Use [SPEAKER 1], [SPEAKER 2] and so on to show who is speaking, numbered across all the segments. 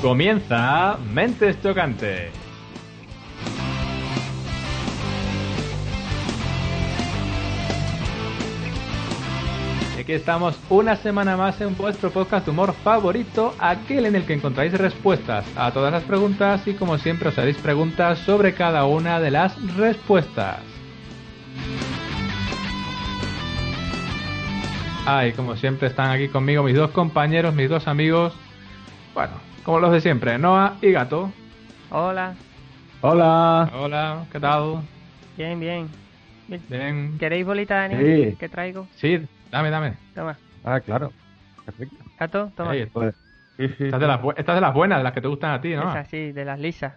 [SPEAKER 1] Comienza Mentes Chocantes. Y Aquí estamos una semana más en vuestro podcast de humor favorito, aquel en el que encontráis respuestas a todas las preguntas y como siempre os haréis preguntas sobre cada una de las respuestas. Ah, y como siempre están aquí conmigo mis dos compañeros, mis dos amigos. Bueno, como los de siempre, Noah y Gato.
[SPEAKER 2] Hola,
[SPEAKER 3] Hola.
[SPEAKER 1] Hola, ¿qué tal?
[SPEAKER 2] bien, bien. Bien.
[SPEAKER 1] Bien.
[SPEAKER 2] ¿Queréis bolita de nieve?
[SPEAKER 3] Sí.
[SPEAKER 2] ¿Qué traigo?
[SPEAKER 1] Sí, dame, dame.
[SPEAKER 2] Toma,
[SPEAKER 3] Ah, claro. Perfecto.
[SPEAKER 2] gato, toma.
[SPEAKER 1] Ey,
[SPEAKER 2] Esa,
[SPEAKER 3] Pues, sí, sí.
[SPEAKER 1] estas, de las, bu- estas de las buenas, de las que te gustan a ti, ¿no?
[SPEAKER 2] sí, de las lisas.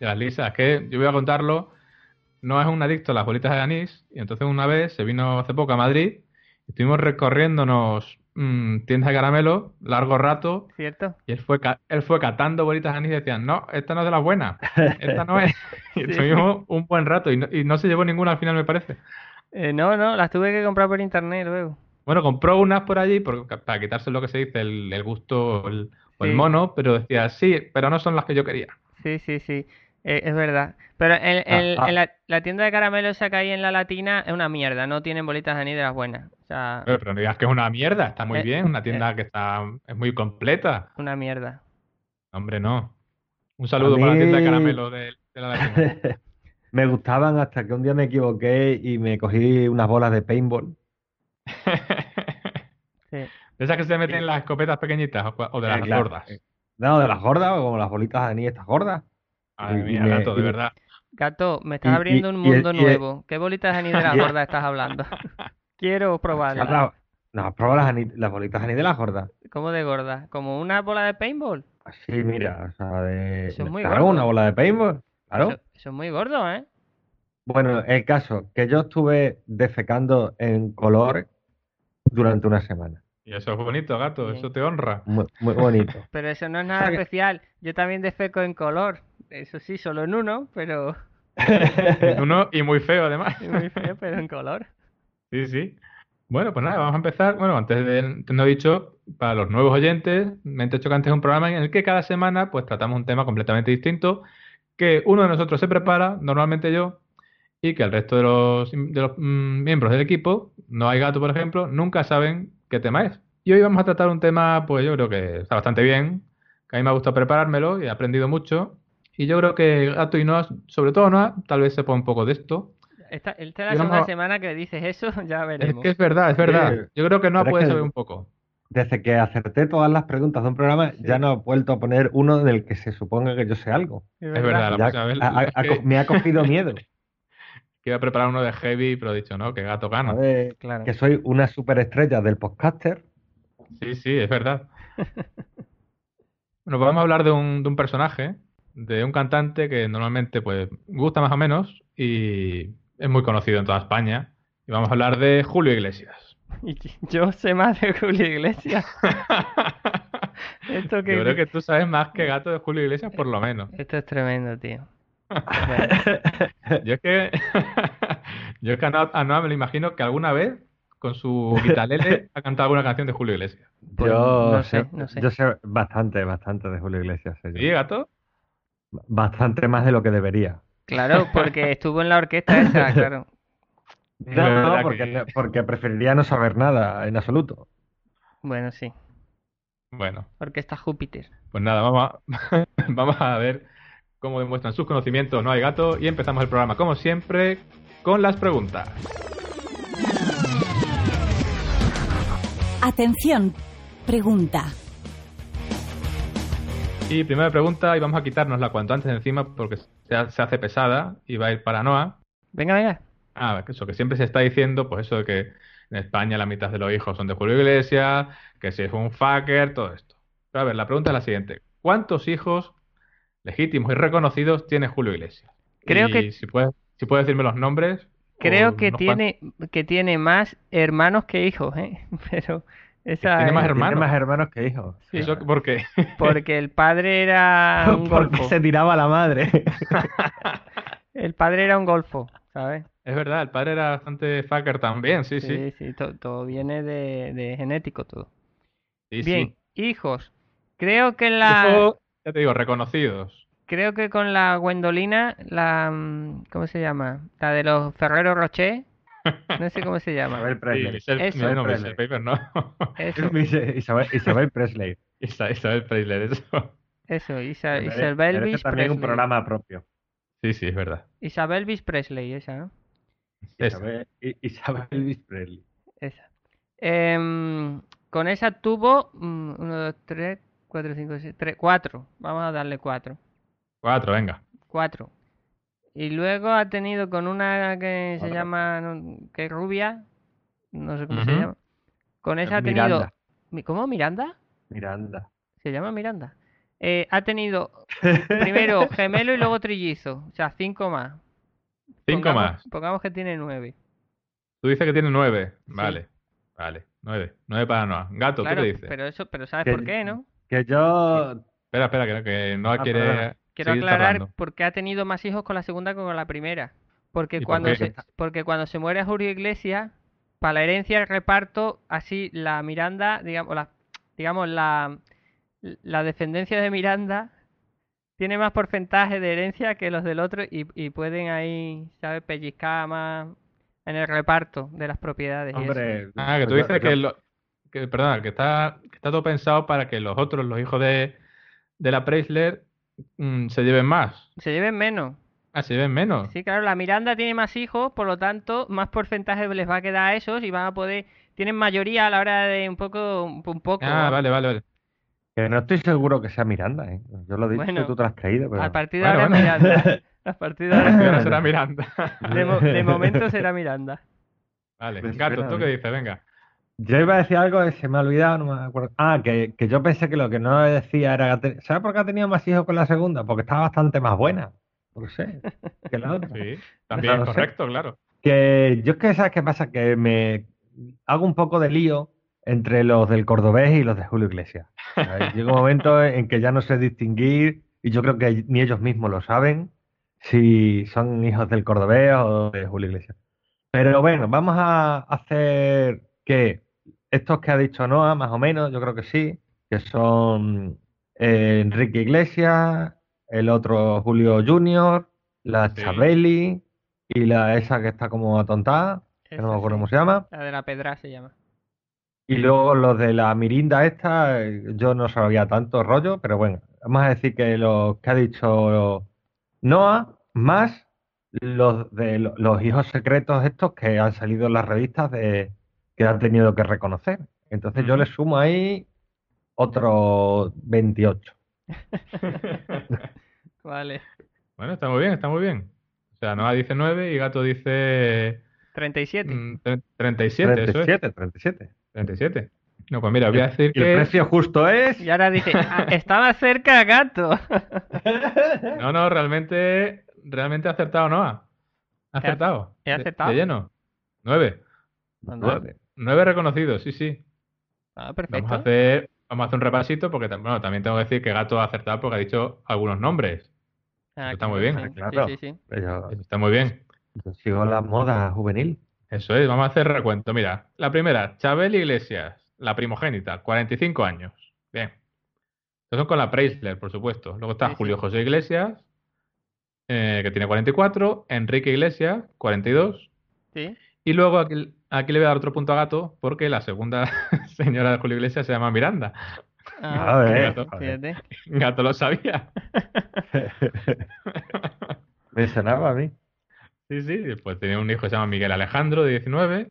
[SPEAKER 1] De las lisas, es que yo voy a contarlo. No es un adicto a las bolitas de anís. Y entonces una vez se vino hace poco a Madrid. Estuvimos recorriéndonos mm, tiendas de caramelo, largo rato.
[SPEAKER 2] ¿Cierto?
[SPEAKER 1] Y él fue, ca- él fue catando bolitas de anís y decían, no, esta no es de las buenas. Esta no es. Y
[SPEAKER 2] Sí.
[SPEAKER 1] estuvimos un buen rato. Y no, y no se llevó ninguna al final, me parece.
[SPEAKER 2] Eh, no, no, las tuve que comprar por internet luego.
[SPEAKER 1] Bueno, compró unas por allí por- para quitarse lo que se dice, el, el gusto o el, o el
[SPEAKER 2] Sí.
[SPEAKER 1] mono, pero decía, sí, pero no son las que yo quería.
[SPEAKER 2] Sí, sí, sí. Eh, es verdad. Pero el- el-
[SPEAKER 3] ah.
[SPEAKER 2] en la, la tienda de caramelos esa que hay en la latina es una mierda. No tienen bolitas de anís de las buenas. O sea,
[SPEAKER 3] Eh.
[SPEAKER 1] Pero, pero no digas que es una mierda, está muy
[SPEAKER 2] Eh,
[SPEAKER 1] bien, una tienda que está es muy completa.
[SPEAKER 2] una mierda.
[SPEAKER 1] Hombre, no. Un saludo para la tienda de
[SPEAKER 3] mí-
[SPEAKER 1] caramelo de, de la Latina.
[SPEAKER 3] me gustaban hasta que un día me equivoqué y me cogí unas bolas de paintball.
[SPEAKER 2] Sí.
[SPEAKER 1] De esas que se meten en las escopetas pequeñitas o, o de
[SPEAKER 3] Eh,
[SPEAKER 1] las
[SPEAKER 3] claro.
[SPEAKER 1] gordas.
[SPEAKER 3] No, de las gordas, como las bolitas de anís estas gordas.
[SPEAKER 1] Madre
[SPEAKER 3] y-
[SPEAKER 1] mía,
[SPEAKER 3] y me-
[SPEAKER 1] gato, de
[SPEAKER 3] y-
[SPEAKER 1] verdad.
[SPEAKER 2] Gato, me
[SPEAKER 3] Y-
[SPEAKER 2] estás
[SPEAKER 3] y-
[SPEAKER 2] abriendo un
[SPEAKER 3] y el-
[SPEAKER 2] mundo
[SPEAKER 3] y el-
[SPEAKER 2] nuevo. ¿Qué bolitas de anís de las gordas estás hablando? Quiero probarlas.
[SPEAKER 3] Las- No, prueba las, ani- las bolitas de anís de las gordas.
[SPEAKER 2] ¿Cómo de gorda? ¿Como una bola de paintball?
[SPEAKER 3] Así, mira, o sea, de...
[SPEAKER 2] Son muy
[SPEAKER 3] Claro,
[SPEAKER 2] gordas.
[SPEAKER 3] una bola de paintball. Claro.
[SPEAKER 2] Eso, eso es muy gordo, ¿eh?
[SPEAKER 3] Bueno, el caso, que yo estuve defecando en color durante una semana.
[SPEAKER 1] Y eso es bonito, gato,
[SPEAKER 2] Bien.
[SPEAKER 1] eso te honra.
[SPEAKER 3] Muy, muy bonito.
[SPEAKER 2] Pero eso no es nada
[SPEAKER 3] que-
[SPEAKER 2] especial. Yo también defeco en color. Eso sí, solo en uno, pero
[SPEAKER 1] Uno y muy feo, además.
[SPEAKER 2] es muy feo, pero en color.
[SPEAKER 1] Sí, sí. Bueno, pues nada, vamos a empezar. Bueno, antes de, antes no he dicho, para los nuevos oyentes, Mente Chocante es un programa en el que cada semana pues tratamos un tema completamente distinto que uno de nosotros se prepara, normalmente yo, y que el resto de los, de los, mm, miembros del equipo, no hay gato, por ejemplo, nunca saben qué tema es. Y hoy vamos a tratar un tema, pues yo creo que está bastante bien, que a mí me ha gustado preparármelo y he aprendido mucho. Y yo creo que Gato y Noah, sobre todo Noah, tal vez sepa un poco de esto.
[SPEAKER 2] Esta, esta es la
[SPEAKER 1] Digamos-
[SPEAKER 2] segunda semana que dices eso, ya
[SPEAKER 1] Es
[SPEAKER 2] veremos.
[SPEAKER 1] que es verdad, es verdad.
[SPEAKER 3] Sí.
[SPEAKER 1] Yo creo que Noah
[SPEAKER 3] Pero es
[SPEAKER 1] puede
[SPEAKER 3] que-
[SPEAKER 1] saber un poco.
[SPEAKER 3] Desde que acerté todas las preguntas de un programa, ya no he vuelto a poner uno en el que se suponga que yo sé algo.
[SPEAKER 1] Es verdad, la
[SPEAKER 3] Ya
[SPEAKER 1] próxima vez
[SPEAKER 3] ha- ha- ha
[SPEAKER 1] que-
[SPEAKER 3] co- me ha cogido miedo.
[SPEAKER 1] que iba a preparar uno de heavy, pero he dicho, Ah, no, que gato gana.
[SPEAKER 3] ¿sabes?
[SPEAKER 2] Claro.
[SPEAKER 3] Que soy una superestrella del podcaster.
[SPEAKER 1] Sí, sí, es verdad. Bueno, pues vamos a hablar de un, de un personaje, de un cantante que normalmente pues gusta más o menos y es muy conocido en toda España. Y vamos a hablar de Julio Iglesias.
[SPEAKER 2] Y que- yo sé más de Julio Iglesias. Esto que,
[SPEAKER 1] Yo creo que tú sabes más que gato de Julio Iglesias, por lo menos.
[SPEAKER 2] Esto es tremendo, tío. Bueno,
[SPEAKER 1] Yo es que, yo es que a Noa, a Noa me lo imagino que alguna vez con su guitarlele ha cantado alguna canción de Julio Iglesias.
[SPEAKER 2] Pues,
[SPEAKER 3] yo,
[SPEAKER 2] no
[SPEAKER 3] sé,
[SPEAKER 2] sé, no sé.
[SPEAKER 3] yo sé bastante, bastante de Julio Iglesias. sé yo.
[SPEAKER 1] ¿Sí, gato?
[SPEAKER 3] Bastante más de lo que debería.
[SPEAKER 2] claro, porque estuvo en la orquesta esa, claro.
[SPEAKER 1] La
[SPEAKER 3] No,
[SPEAKER 1] verdad
[SPEAKER 3] no,
[SPEAKER 1] que-
[SPEAKER 3] porque, porque preferiría no saber nada en absoluto.
[SPEAKER 2] Bueno, sí.
[SPEAKER 1] Bueno.
[SPEAKER 2] Orquesta Júpiter.
[SPEAKER 1] Pues nada, vamos a, vamos a ver cómo demuestran sus conocimientos No hay gato y empezamos el programa como siempre con las preguntas.
[SPEAKER 4] Atención. Pregunta.
[SPEAKER 1] Y primera pregunta, y vamos a quitárnosla cuanto antes de encima porque se, ha- se hace pesada y va a ir para Noa.
[SPEAKER 2] Venga, venga.
[SPEAKER 1] Ah, que eso que siempre se está diciendo, pues eso de que en España la mitad de los hijos son de Julio Iglesias, que si es un fucker, todo esto. Pero a ver, la pregunta es la siguiente. ¿Cuántos hijos legítimos y reconocidos tiene Julio Iglesias?
[SPEAKER 2] Creo
[SPEAKER 1] Y
[SPEAKER 2] que-
[SPEAKER 1] Si puedes, si puedes decirme los nombres.
[SPEAKER 2] Creo
[SPEAKER 1] o
[SPEAKER 2] que
[SPEAKER 1] unos
[SPEAKER 2] tiene, que tiene más hermanos que hijos, ¿eh? Pero esa
[SPEAKER 1] Tiene
[SPEAKER 2] es-
[SPEAKER 1] más hermanos.
[SPEAKER 3] Tiene más hermanos que hijos.
[SPEAKER 2] Sí.
[SPEAKER 1] Eso porque
[SPEAKER 2] Porque el padre era un
[SPEAKER 3] Porque
[SPEAKER 2] golfo.
[SPEAKER 3] se tiraba la madre.
[SPEAKER 2] El padre era un golfo, ¿sabes?
[SPEAKER 1] es verdad, el padre era bastante fucker también, sí, sí.
[SPEAKER 2] Sí, sí, to- todo viene de, de genético todo.
[SPEAKER 1] Sí, sí.
[SPEAKER 2] Bien, hijos. Creo que la...
[SPEAKER 1] Hijo, ya te digo, reconocidos.
[SPEAKER 2] Creo que con la Gwendolina, la. mm, ¿Cómo se llama? La de los Ferrero Rocher. No sé cómo se llama.
[SPEAKER 3] Isabel Presley.
[SPEAKER 1] Michelle-
[SPEAKER 2] Eso.
[SPEAKER 1] no,
[SPEAKER 3] Presley.
[SPEAKER 1] Michelle Pfeiffer, no.
[SPEAKER 2] Eso,
[SPEAKER 3] Isabel, Isabel Presley.
[SPEAKER 1] Isa- Isabel Presley, eso.
[SPEAKER 2] eso, Isa-
[SPEAKER 3] Merece-
[SPEAKER 2] Ah, Isabel
[SPEAKER 3] merece
[SPEAKER 2] Bis
[SPEAKER 3] también
[SPEAKER 2] Presley.
[SPEAKER 3] un programa propio.
[SPEAKER 1] Sí, sí, es verdad.
[SPEAKER 2] Isabel Bis Presley, esa, ¿no?
[SPEAKER 1] Esa.
[SPEAKER 3] Isabel, I- Isabel Bis Presley.
[SPEAKER 2] Esa. Em, con esa tuvo mm, 1, 2, 3, 4, 5, 6, 3, 4. Vamos a darle 4.
[SPEAKER 1] Cuatro, venga.
[SPEAKER 2] 4. Y luego ha tenido con una que se
[SPEAKER 3] Cuatro.
[SPEAKER 2] llama, no- que es rubia, no sé cómo se
[SPEAKER 1] Ujú.
[SPEAKER 2] llama. Con esa ha tenido...
[SPEAKER 3] Miranda.
[SPEAKER 2] Mi- ¿Cómo? ¿Miranda?
[SPEAKER 3] Miranda.
[SPEAKER 2] Se llama Miranda. Eh, ha tenido primero gemelo y luego trillizo. O sea, 5 más.
[SPEAKER 1] Cinco
[SPEAKER 2] Pongamos-
[SPEAKER 1] más.
[SPEAKER 2] Pongamos que tiene 9.
[SPEAKER 1] Tú dices que tiene nueve. Vale, vale. Nueve. Nueve para Noah. Gato,
[SPEAKER 2] Claro,
[SPEAKER 1] ¿qué te dices?
[SPEAKER 2] pero eso, pero ¿sabes
[SPEAKER 3] Que-
[SPEAKER 2] por qué, no?
[SPEAKER 3] Que yo
[SPEAKER 1] Espera, espera, que, no- que Noah
[SPEAKER 3] Ah,
[SPEAKER 1] quiere.
[SPEAKER 3] perdona.
[SPEAKER 2] Quiero
[SPEAKER 1] seguir
[SPEAKER 2] aclarar
[SPEAKER 1] charlando.
[SPEAKER 2] por qué ha tenido más hijos con la segunda que con la primera. Porque
[SPEAKER 1] ¿Y por
[SPEAKER 2] cuando
[SPEAKER 1] qué?
[SPEAKER 2] se, porque cuando se muere Julio Iglesias, para la herencia reparto, así la Miranda, digamos, la, digamos la, la descendencia de Miranda tiene más porcentaje de herencia que los del otro y, y pueden ahí, ¿sabes? Pellizcar más en el reparto de las propiedades. y eso.
[SPEAKER 3] Hombre,
[SPEAKER 1] Ah, que tú
[SPEAKER 3] yo-
[SPEAKER 1] dices
[SPEAKER 3] yo-
[SPEAKER 1] que, lo- que- perdona, que está, que está todo pensado para que los otros, los hijos de, de la Preisler, mm, se lleven más.
[SPEAKER 2] Se lleven menos.
[SPEAKER 1] Ah, se lleven menos.
[SPEAKER 2] Sí, claro, la Miranda tiene más hijos, por lo tanto, más porcentaje les va a quedar a esos y van a poder, tienen mayoría a la hora de un poco, un un poco.
[SPEAKER 1] Ah,
[SPEAKER 2] ¿no?
[SPEAKER 1] vale, vale, vale.
[SPEAKER 3] que no estoy seguro que sea Miranda, ¿eh? Yo lo he dicho,
[SPEAKER 2] Bueno.
[SPEAKER 3] tú te lo has creído, pero
[SPEAKER 2] A partir de
[SPEAKER 1] Bueno,
[SPEAKER 2] ahora es
[SPEAKER 1] bueno.
[SPEAKER 2] Miranda. A partir de ahora es
[SPEAKER 1] Y
[SPEAKER 2] Miranda.
[SPEAKER 1] ahora será Miranda.
[SPEAKER 2] De, mo- de momento será Miranda.
[SPEAKER 1] Vale,
[SPEAKER 3] Me
[SPEAKER 1] gato,
[SPEAKER 3] espera,
[SPEAKER 1] ¿tú qué
[SPEAKER 3] ¿no?
[SPEAKER 1] dices? Venga.
[SPEAKER 3] yo iba a decir algo que se me ha olvidado, no me acuerdo. Ah, que, que yo pensé que lo que no decía era que ha teni- ¿sabes por qué ha tenido más hijos con la segunda? Porque estaba bastante más buena, no sé, que la otra.
[SPEAKER 1] Sí, también
[SPEAKER 3] No
[SPEAKER 1] es
[SPEAKER 3] sé.
[SPEAKER 1] correcto, claro.
[SPEAKER 3] Que yo es que, ¿sabes qué pasa? Que me hago un poco de lío entre los del Cordobés y los de Julio Iglesias. O sea, Llega un momento en que ya no sé distinguir, y yo creo que ni ellos mismos lo saben, si son hijos del Cordobés o de Julio Iglesias. Pero bueno, vamos a hacer que estos que ha dicho Noah, más o menos, yo creo que sí, que son eh, Enrique Iglesias, el otro Julio Junior, la
[SPEAKER 1] Sí.
[SPEAKER 3] Chabeli y la esa que está como atontada, que no
[SPEAKER 2] Esa
[SPEAKER 3] me acuerdo
[SPEAKER 2] sí.
[SPEAKER 3] cómo se llama.
[SPEAKER 2] La de la pedra se llama.
[SPEAKER 3] Y luego los de la mirinda esta, eh, yo no sabía tanto rollo, pero bueno, vamos a decir que los que ha dicho Noah, más los de lo- los hijos secretos estos que han salido en las revistas de que han tenido que reconocer. Entonces yo
[SPEAKER 1] Ujú.
[SPEAKER 3] le sumo ahí otros 28.
[SPEAKER 2] Vale.
[SPEAKER 1] Bueno, está muy bien, está muy bien. O sea, Noah dice nueve y gato dice
[SPEAKER 2] 37.
[SPEAKER 1] mm, tre- 37, eso es,
[SPEAKER 3] 37, 37.
[SPEAKER 1] 37. No, pues mira, voy a decir
[SPEAKER 3] Y el
[SPEAKER 1] que...
[SPEAKER 3] precio justo es...
[SPEAKER 2] Y ahora dice, "Ah, estaba cerca, gato. Ah,
[SPEAKER 1] No, no, realmente, realmente ha acertado, Noah. Ha
[SPEAKER 2] He ac-
[SPEAKER 1] acertado.
[SPEAKER 2] he
[SPEAKER 1] De-
[SPEAKER 2] acertado.
[SPEAKER 1] De, lleno. Nueve.
[SPEAKER 2] Anda.
[SPEAKER 1] Nueve reconocidos, sí, sí. Vamos
[SPEAKER 2] Ah,
[SPEAKER 1] a
[SPEAKER 2] perfecto.
[SPEAKER 1] hacer, vamos a hacer un repasito porque tam- bueno, también tengo que decir que Gato ha acertado porque ha dicho algunos nombres.
[SPEAKER 2] Ah,
[SPEAKER 1] está muy bien.
[SPEAKER 2] sí,
[SPEAKER 3] Ah, claro.
[SPEAKER 2] Sí, sí, sí.
[SPEAKER 3] Yo,
[SPEAKER 1] Eso está muy bien.
[SPEAKER 3] yo sigo la moda juvenil.
[SPEAKER 1] Eso es, vamos a hacer recuento. Mira, la primera, Chabel Iglesias, la primogénita, 45 años. Bien. Estos son con la Preisler, por supuesto. Luego está
[SPEAKER 2] Sí, sí.
[SPEAKER 1] Julio José Iglesias, eh, que tiene 44. Enrique Iglesias, 42.
[SPEAKER 2] Sí.
[SPEAKER 1] Y luego aquí, aquí le voy a dar otro punto a Gato, porque la segunda señora de Julio Iglesias se llama Miranda.
[SPEAKER 2] Ah,
[SPEAKER 3] A ver,
[SPEAKER 2] fíjate,
[SPEAKER 3] a ver.
[SPEAKER 2] fíjate.
[SPEAKER 1] Gato lo sabía.
[SPEAKER 3] Me sonaba a mí.
[SPEAKER 1] Sí, sí, pues tenía un hijo que se llama Miguel Alejandro, de 19,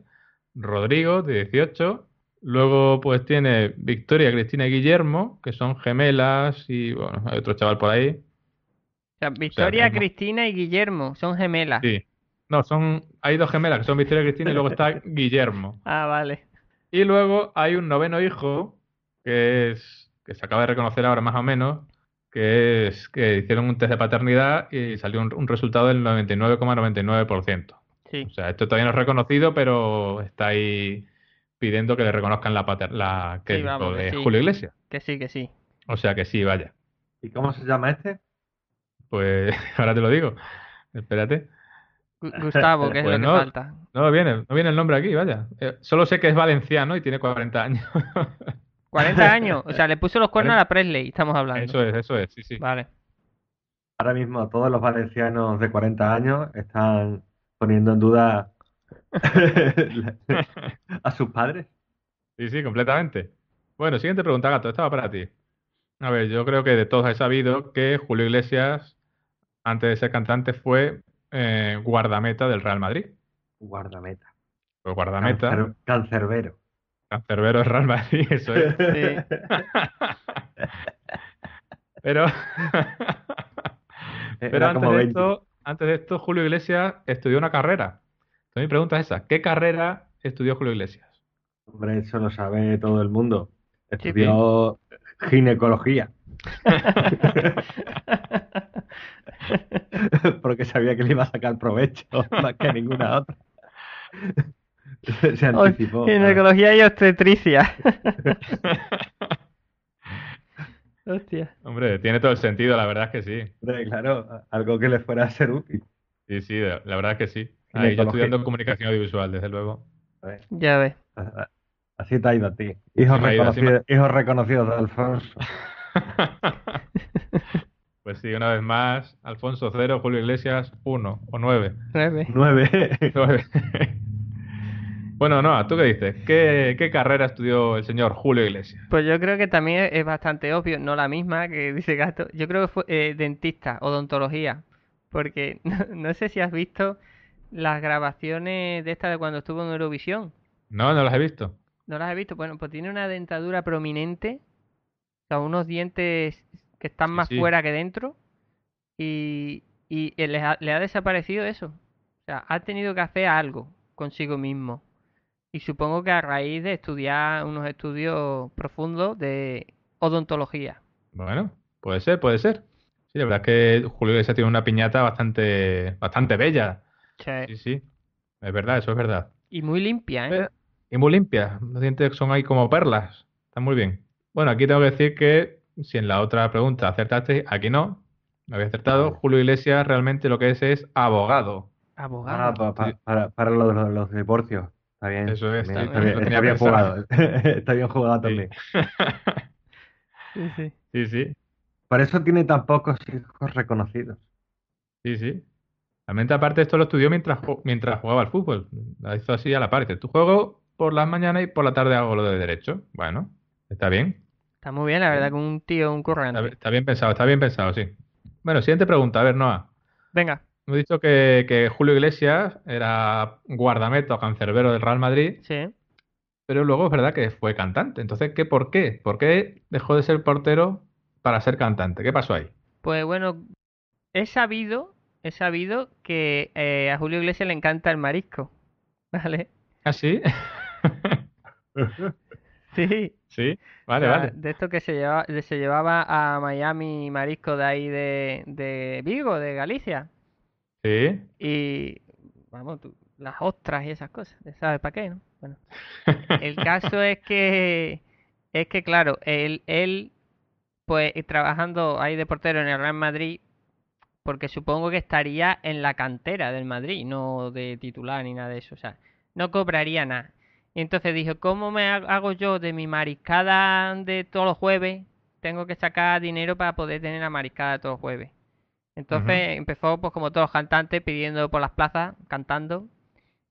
[SPEAKER 1] Rodrigo, de 18. Luego, pues tiene Victoria, Cristina y Guillermo, que son gemelas, y bueno, hay otro chaval por ahí.
[SPEAKER 2] O sea, Victoria,
[SPEAKER 1] hemos-
[SPEAKER 2] Cristina y Guillermo son gemelas.
[SPEAKER 1] Sí. No, son, hay dos gemelas, que son Victoria y Cristina, y luego está Guillermo.
[SPEAKER 2] Ah, vale.
[SPEAKER 1] Y luego hay un noveno hijo, que es, que se acaba de reconocer ahora más o menos, que es que hicieron un test de paternidad y salió un, un resultado del 99,99%.
[SPEAKER 2] Sí.
[SPEAKER 1] O sea, esto todavía no es reconocido, pero está ahí pidiendo que le reconozcan la, pater- la que
[SPEAKER 2] Sí,
[SPEAKER 1] es
[SPEAKER 2] vamos,
[SPEAKER 1] hijo
[SPEAKER 2] que
[SPEAKER 1] de
[SPEAKER 2] sí.
[SPEAKER 1] Julio Iglesias.
[SPEAKER 2] Que sí, que sí.
[SPEAKER 1] O sea que sí, vaya.
[SPEAKER 3] ¿Y cómo se llama este?
[SPEAKER 1] Pues ahora te lo digo. Espérate.
[SPEAKER 2] Gu- Gustavo, que es
[SPEAKER 1] Pues
[SPEAKER 2] lo que
[SPEAKER 1] no.
[SPEAKER 2] falta.
[SPEAKER 1] No viene, no viene el nombre aquí, vaya. Eh, solo sé que es valenciano y tiene 40 años.
[SPEAKER 2] 40 años. O sea, le puso los cuernos a la Presley, estamos hablando.
[SPEAKER 1] Eso es, eso es, sí, sí.
[SPEAKER 2] Vale.
[SPEAKER 3] Ahora mismo todos los valencianos de 40 años están poniendo en duda a sus padres.
[SPEAKER 1] Sí, sí, completamente. Bueno, siguiente pregunta, Gato. Estaba para ti. A ver, yo creo que de todos he sabido que Julio Iglesias, antes de ser cantante, fue eh, guardameta del Real Madrid.
[SPEAKER 3] Guardameta.
[SPEAKER 1] Fue guardameta.
[SPEAKER 3] Cancer- cancerbero.
[SPEAKER 1] Cancerbero del Real Madrid, eso es. Pero, pero
[SPEAKER 3] E- Era
[SPEAKER 1] antes,
[SPEAKER 3] como
[SPEAKER 1] de
[SPEAKER 3] 20.
[SPEAKER 1] esto, antes de esto, Julio Iglesias estudió una carrera. Entonces mi pregunta es esa. ¿Qué carrera estudió Julio Iglesias?
[SPEAKER 3] Hombre, eso lo sabe todo el mundo.
[SPEAKER 2] Sí,
[SPEAKER 3] Estudió ginecología. Porque sabía que le iba a sacar provecho más que a ninguna otra. Se anticipó.
[SPEAKER 2] Ginecología y obstetricia. Hostia.
[SPEAKER 1] Hombre, tiene todo el sentido, la verdad es que sí.
[SPEAKER 3] Hombre, claro, algo que le fuera a ser útil.
[SPEAKER 1] Sí, sí, la la verdad es que sí. Ahí yo
[SPEAKER 3] Ginecología.
[SPEAKER 1] estudiando comunicación audiovisual, desde luego.
[SPEAKER 3] A ver,
[SPEAKER 2] Ya ves.
[SPEAKER 3] Así te ha ido a ti. Hijo
[SPEAKER 1] Me ha ido, así me-
[SPEAKER 3] reconocido, hijo reconocido de Alfonso.
[SPEAKER 1] Pues sí, una vez más, Alfonso 0, Julio Iglesias 1 o 9.
[SPEAKER 2] Nueve.
[SPEAKER 3] Nueve.
[SPEAKER 1] Bueno, Noah, ¿tú qué dices? ¿Qué, qué carrera estudió el señor Julio Iglesias?
[SPEAKER 2] Pues yo creo que también es bastante obvio, no la misma que dice Gato. Yo creo que fue eh, dentista, odontología, porque no, no sé si has visto las grabaciones de esta de cuando estuvo en Eurovisión.
[SPEAKER 1] No, no las he visto.
[SPEAKER 2] ¿No las has visto? Bueno, pues tiene una dentadura prominente, o sea, unos dientes que están
[SPEAKER 1] Sí,
[SPEAKER 2] más
[SPEAKER 1] sí.
[SPEAKER 2] fuera que dentro, y, y le ha, le ha desaparecido eso. O sea, ha tenido que hacer algo consigo mismo. Y supongo que a raíz de estudiar unos estudios profundos de odontología.
[SPEAKER 1] Bueno, puede ser, puede ser. Sí, la verdad es que Julio Iglesias tiene una piñata bastante, bastante bella. Sí, sí. Es verdad, eso es verdad.
[SPEAKER 2] Y muy limpia, ¿eh?
[SPEAKER 1] Pero- Y muy limpia. Los dientes son ahí como perlas. Está muy bien. Bueno, aquí tengo que decir que si en la otra pregunta acertaste, aquí no. No había acertado. Julio Iglesias realmente lo que es es abogado.
[SPEAKER 3] Ah,
[SPEAKER 2] Abogado.
[SPEAKER 3] pa- pa- para, para los, los- los divorcios. Está bien.
[SPEAKER 1] Eso es,
[SPEAKER 3] Está
[SPEAKER 2] sí,
[SPEAKER 3] bien, está bien-
[SPEAKER 1] lo
[SPEAKER 3] está
[SPEAKER 1] tenía
[SPEAKER 3] bien
[SPEAKER 1] pensado.
[SPEAKER 3] jugado. Está bien jugado también.
[SPEAKER 2] Sí, sí.
[SPEAKER 1] Sí, sí,
[SPEAKER 3] Por eso tiene tan pocos hijos reconocidos.
[SPEAKER 1] sí, sí. Realmente aparte esto lo estudió mientras, ju- mientras jugaba al fútbol. Lo hizo así a la parte. Tú juego por las mañanas y por la tarde hago lo de derecho. Bueno, está bien.
[SPEAKER 2] Está muy bien, la verdad, que un tío, un
[SPEAKER 1] Está,
[SPEAKER 2] currante.
[SPEAKER 1] está bien pensado, está bien pensado, sí. Bueno, siguiente pregunta. A ver, Noah.
[SPEAKER 2] Venga,
[SPEAKER 1] Hemos dicho que, que Julio Iglesias era guardameta o cancerbero del Real Madrid,
[SPEAKER 2] sí. ¿eh?
[SPEAKER 1] pero luego es verdad que fue cantante. Entonces, ¿qué por qué? ¿Por qué dejó de ser portero para ser cantante? ¿Qué pasó ahí?
[SPEAKER 2] Pues bueno, he sabido, he sabido que eh, a Julio Iglesias le encanta el marisco, ¿vale?
[SPEAKER 1] ¿Ah, sí?
[SPEAKER 2] Sí.
[SPEAKER 1] Sí,
[SPEAKER 2] o
[SPEAKER 1] vale,
[SPEAKER 2] sea,
[SPEAKER 1] vale.
[SPEAKER 2] Ah, De esto que se llevaba, de- se llevaba a Miami marisco de ahí de, de Vigo, de Galicia.
[SPEAKER 1] Sí.
[SPEAKER 2] Y, vamos, tú, las ostras y esas cosas. ya ¿Sabes para qué, no? Bueno. El caso es que, es que claro, él, él, pues eh, trabajando ahí de portero en el Real Madrid, porque supongo que estaría en la cantera del Madrid, no de titular ni nada de eso, o sea, no cobraría nada. Y entonces dijo, ¿cómo me ha- hago yo de mi mariscada de todos los jueves? Tengo que sacar dinero para poder tener la mariscada de todos los jueves. Entonces empezó, pues como todos los cantantes, pidiendo por las plazas, cantando,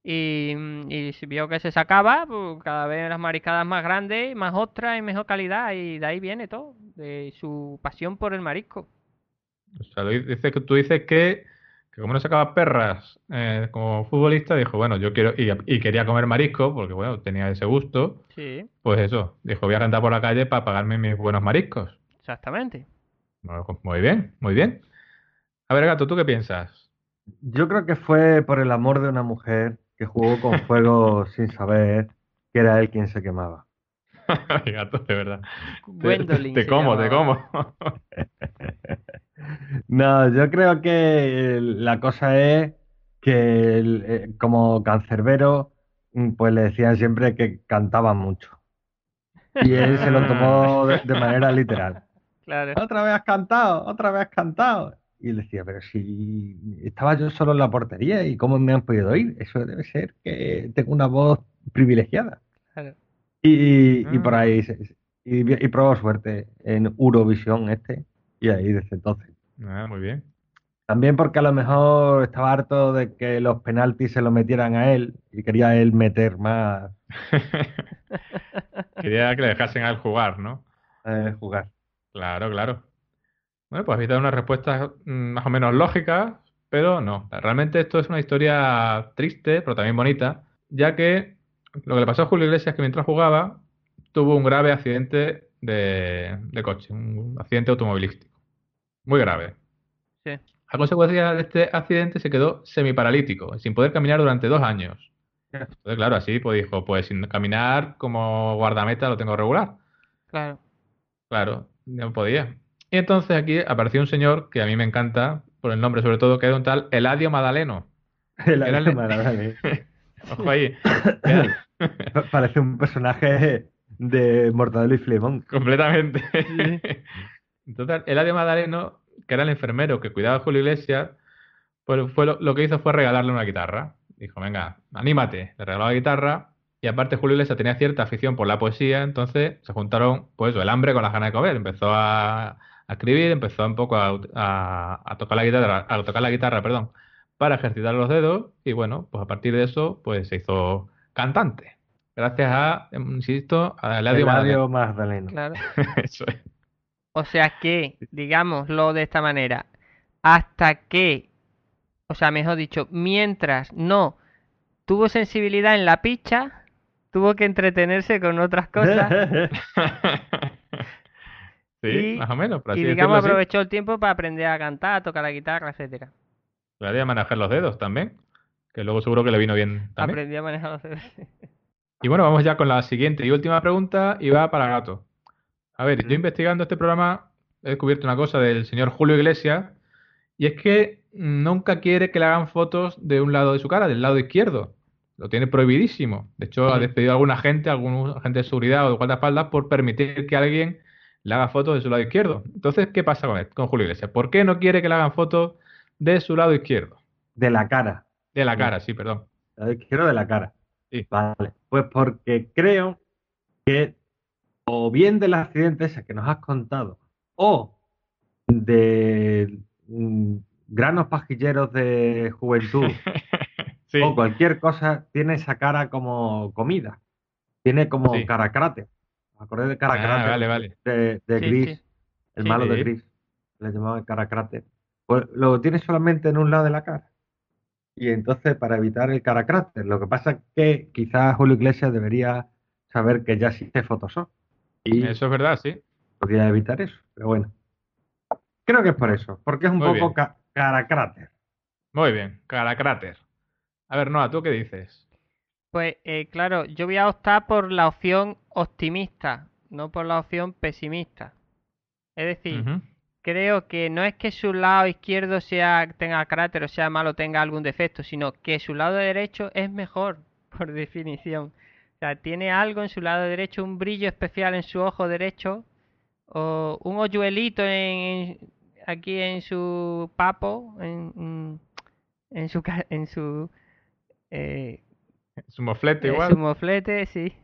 [SPEAKER 2] y, mm, y si vio que se sacaba, pues, cada vez las mariscadas más grandes, más ostras y mejor calidad. Y de ahí viene todo, de su pasión por el marisco.
[SPEAKER 1] O sea, lo dices que tú dices que, que como no sacaba perras eh, como futbolista, dijo, bueno, yo quiero, y, y quería comer marisco, porque bueno, tenía ese gusto,
[SPEAKER 2] Sí,
[SPEAKER 1] pues eso, dijo, voy a cantar por la calle para pagarme mis buenos mariscos.
[SPEAKER 2] exactamente.
[SPEAKER 1] Bueno, pues muy bien, muy bien. A ver, Gato, ¿tú qué piensas?
[SPEAKER 3] Yo creo que fue por el amor de una mujer que jugó con fuego sin saber que era él quien se quemaba.
[SPEAKER 1] Ay, Gato, de verdad. Te-
[SPEAKER 2] Gwendolyn
[SPEAKER 1] Te,
[SPEAKER 2] se
[SPEAKER 1] como, te
[SPEAKER 2] llamaba.
[SPEAKER 1] como.
[SPEAKER 3] No, yo creo que eh, la cosa es que el, eh, como cancerbero, mm, pues le decían siempre que cantaba mucho. Y él se lo tomó de, de manera literal.
[SPEAKER 2] Claro.
[SPEAKER 1] Ah.
[SPEAKER 3] Otra vez has cantado, otra vez has cantado. Y le decía, pero si estaba yo solo en la portería y cómo me han podido oír, eso debe ser que tengo una voz privilegiada.
[SPEAKER 2] Claro.
[SPEAKER 3] Y, y por
[SPEAKER 1] Ah.
[SPEAKER 3] ahí se- y, vi- y probado suerte en Eurovisión este y ahí desde entonces.
[SPEAKER 1] Ah, muy bien.
[SPEAKER 3] También porque a lo mejor estaba harto de que los penaltis se lo metieran a él y quería él meter más
[SPEAKER 1] Quería que le dejasen a él jugar, ¿no?
[SPEAKER 3] eh, jugar.
[SPEAKER 1] Claro, claro. Bueno, pues habéis dado unas respuestas mm, más o menos lógicas, pero no. Realmente esto es una historia triste, pero también bonita, ya que lo que le pasó a Julio Iglesias es que mientras jugaba tuvo un grave accidente de, de coche, un accidente automovilístico. Muy grave.
[SPEAKER 2] Sí.
[SPEAKER 1] A consecuencia de este accidente se quedó semiparalítico, sin poder caminar durante dos años.
[SPEAKER 3] Ya.
[SPEAKER 1] Entonces, claro, así pues dijo, pues sin caminar como guardameta lo tengo regular.
[SPEAKER 2] Claro.
[SPEAKER 1] Claro, no podía. Y entonces aquí apareció un señor que a mí me encanta, por el nombre sobre todo, que era un tal Eladio Madaleno.
[SPEAKER 3] El
[SPEAKER 1] Era
[SPEAKER 3] Ave
[SPEAKER 1] el-
[SPEAKER 3] María, vale.
[SPEAKER 1] Ojo ahí. Era
[SPEAKER 3] Pa- Parece un personaje de Mortadelo y Filemón.
[SPEAKER 1] completamente. Entonces, Eladio Madaleno, que era el enfermero que cuidaba a Julio Iglesias, pues fue lo, lo que hizo fue regalarle una guitarra. Dijo, venga, anímate. Le regaló la guitarra. Y aparte Julio Iglesias tenía cierta afición por la poesía, entonces se juntaron pues eso, el hambre con las ganas de comer. Empezó a, a escribir, empezó un poco a, a- a tocar la guitarra, a tocar la guitarra, perdón, para ejercitar los dedos. Y bueno, pues a partir de eso, pues se hizo cantante. Gracias a, insisto, a Eladio Madaleno.
[SPEAKER 3] Eladio Magdaleno.
[SPEAKER 2] Claro.
[SPEAKER 1] Eso es.
[SPEAKER 2] O sea que, digámoslo de esta manera, hasta que, o sea, mejor dicho, mientras no tuvo sensibilidad en la picha, tuvo que entretenerse con otras cosas
[SPEAKER 1] Sí,
[SPEAKER 2] Y-
[SPEAKER 1] más o menos, por así
[SPEAKER 2] y, digamos,
[SPEAKER 1] decirlo, sí.
[SPEAKER 2] aprovechó el tiempo para aprender a cantar, a tocar la guitarra, etcétera.
[SPEAKER 1] Claro, y a manejar los dedos también, que luego seguro que le vino bien también.
[SPEAKER 2] Aprendió a manejar los dedos.
[SPEAKER 1] Y bueno, vamos ya con la siguiente y última pregunta y va para Gato. A ver, yo investigando este programa he descubierto una cosa del señor Julio Iglesias y es que nunca quiere que le hagan fotos de un lado de su cara, del lado izquierdo. Lo tiene prohibidísimo. De hecho, ha
[SPEAKER 2] Ujú.
[SPEAKER 1] despedido a alguna gente, a algún agente de seguridad o de guardaespaldas por permitir que alguien le haga fotos de su lado izquierdo. Entonces, ¿qué pasa con él, con Julio Iglesias? ¿Por qué no quiere que le hagan fotos de su lado izquierdo?
[SPEAKER 3] De la cara.
[SPEAKER 1] De la cara, sí, perdón.
[SPEAKER 3] Lado izquierdo de la cara.
[SPEAKER 1] Sí.
[SPEAKER 3] Vale. Pues porque creo que o bien del accidente ese que nos has contado, o de mm, granos pajilleros de juventud,
[SPEAKER 1] Sí,
[SPEAKER 3] o cualquier cosa, tiene esa cara como comida. Tiene como
[SPEAKER 1] Sí.
[SPEAKER 3] caracrate. ¿Os acordáis de caracrate?
[SPEAKER 1] Ah, vale, vale.
[SPEAKER 3] de, de
[SPEAKER 2] Sí,
[SPEAKER 3] Gris,
[SPEAKER 2] sí.
[SPEAKER 3] el
[SPEAKER 1] Sí.
[SPEAKER 3] malo de Gris, le llamaban Caracráter. Pues lo tiene solamente en un lado de la cara. Y entonces para evitar el Caracráter, lo que pasa es que quizás Julio Iglesias debería saber que ya existe Photoshop y
[SPEAKER 1] Eso es verdad, sí.
[SPEAKER 3] podría evitar eso, pero bueno. Creo que es por eso, porque es un
[SPEAKER 1] Muy bien.
[SPEAKER 3] poco ca- Caracráter.
[SPEAKER 1] Muy bien, cara cráter. A ver, Noah, ¿tú qué dices?
[SPEAKER 2] Pues eh, claro, yo voy a optar por la opción optimista, no por la opción pesimista. Es decir,
[SPEAKER 1] Ujú.
[SPEAKER 2] creo que no es que su lado izquierdo sea tenga carácter o sea malo, tenga algún defecto, sino que su lado derecho es mejor, por definición. O sea, tiene algo en su lado derecho, un brillo especial en su ojo derecho, o un hoyuelito en, en- aquí en su papo, en, en- en su ca- en su eh,
[SPEAKER 1] Su moflete
[SPEAKER 2] eh,
[SPEAKER 1] igual.
[SPEAKER 2] su moflete, sí.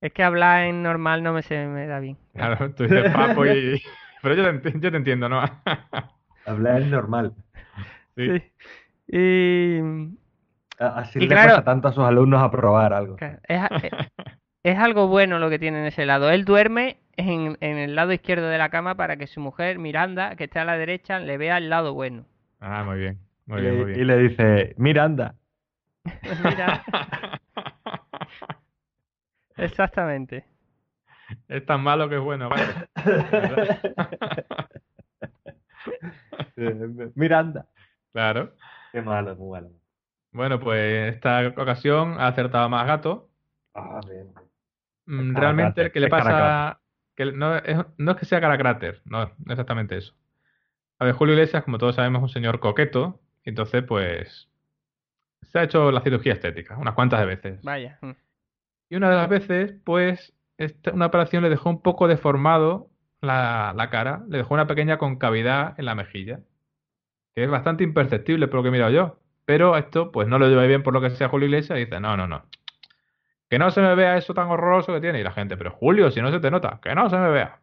[SPEAKER 2] Es que hablar en normal no me se me da bien.
[SPEAKER 1] Claro, tú dices papo y... Pero yo te, enti- yo te entiendo, Noah.
[SPEAKER 3] Hablar es normal.
[SPEAKER 1] Sí.
[SPEAKER 2] Sí. Y
[SPEAKER 3] A- Así
[SPEAKER 2] Y
[SPEAKER 3] le
[SPEAKER 2] claro-
[SPEAKER 3] cuesta tanto a sus alumnos aprobar algo.
[SPEAKER 2] Claro, es, a- e- es algo bueno lo que tiene en ese lado. Él duerme en, en el lado izquierdo de la cama para que su mujer, Miranda, que está a la derecha, le vea el lado bueno.
[SPEAKER 1] Ah, muy bien, muy
[SPEAKER 3] Y
[SPEAKER 1] bien, muy
[SPEAKER 3] le, Eh, y
[SPEAKER 1] bien.
[SPEAKER 3] le dice, Miranda,
[SPEAKER 2] Pues Mira, exactamente.
[SPEAKER 1] Es tan malo que es bueno, vale.
[SPEAKER 3] eh, Miranda.
[SPEAKER 1] Claro.
[SPEAKER 3] Qué malo, muy malo.
[SPEAKER 1] Bueno, pues esta ocasión ha acertado más gato.
[SPEAKER 3] Ah, bien.
[SPEAKER 1] Mm,
[SPEAKER 3] Cara
[SPEAKER 1] Realmente
[SPEAKER 3] cráter,
[SPEAKER 1] el que le
[SPEAKER 3] es cara
[SPEAKER 1] pasa que le- no es, no es que sea cara cráter, no, no exactamente eso. A ver, Julio Iglesias, como todos sabemos, es un señor coqueto, y entonces pues se ha hecho la cirugía estética unas cuantas de veces.
[SPEAKER 2] Vaya. mm.
[SPEAKER 1] Y una de las veces, pues, esta- una operación le dejó un poco deformado la, la cara, le dejó una pequeña concavidad en la mejilla, que es bastante imperceptible por lo que he mirado yo. Pero esto, pues, no lo lleva bien por lo que sea Julio Iglesias y dice, no, no, no, que no se me vea eso tan horroroso que tiene. Y la gente, pero Julio, si no se te nota, que no se me vea.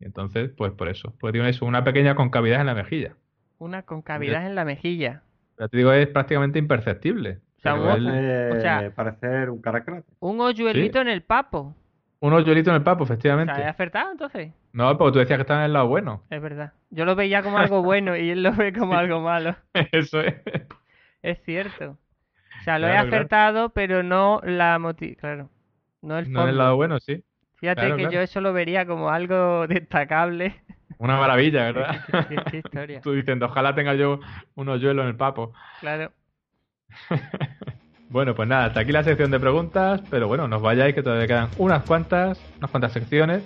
[SPEAKER 1] Y entonces, pues por eso, pues tiene eso, una pequeña concavidad en la mejilla.
[SPEAKER 2] Una concavidad en la mejilla.
[SPEAKER 1] Ya te digo, es prácticamente imperceptible.
[SPEAKER 2] O sea,
[SPEAKER 1] Pero
[SPEAKER 2] vos-
[SPEAKER 1] él-
[SPEAKER 3] Eh,
[SPEAKER 2] o sea-
[SPEAKER 3] parecer un caracrate.
[SPEAKER 2] Un hoyuelito en el papo.
[SPEAKER 1] un hoyuelito en el papo,
[SPEAKER 2] O sea,
[SPEAKER 1] efectivamente.
[SPEAKER 2] ¿he acertado entonces?
[SPEAKER 1] No, porque tú decías que estaba en el lado bueno.
[SPEAKER 2] Es verdad. Yo lo veía como algo bueno y él lo ve como algo malo.
[SPEAKER 1] Eso es.
[SPEAKER 2] Es cierto. O sea, lo he
[SPEAKER 1] Claro, claro.
[SPEAKER 2] acertado, pero no la moti... Claro. No
[SPEAKER 1] No
[SPEAKER 2] el
[SPEAKER 1] en
[SPEAKER 2] fondo.
[SPEAKER 1] el lado bueno, sí.
[SPEAKER 2] Fíjate
[SPEAKER 1] claro,
[SPEAKER 2] que
[SPEAKER 1] claro.
[SPEAKER 2] yo eso lo vería como algo destacable.
[SPEAKER 1] Una maravilla, ¿verdad?
[SPEAKER 2] Qué, qué historia.
[SPEAKER 1] Tú diciendo, ojalá tenga yo un hoyuelo en el papo.
[SPEAKER 2] Claro.
[SPEAKER 1] Bueno, pues nada, hasta aquí la sección de preguntas, pero bueno, nos vayáis que todavía quedan unas cuantas, unas cuantas secciones,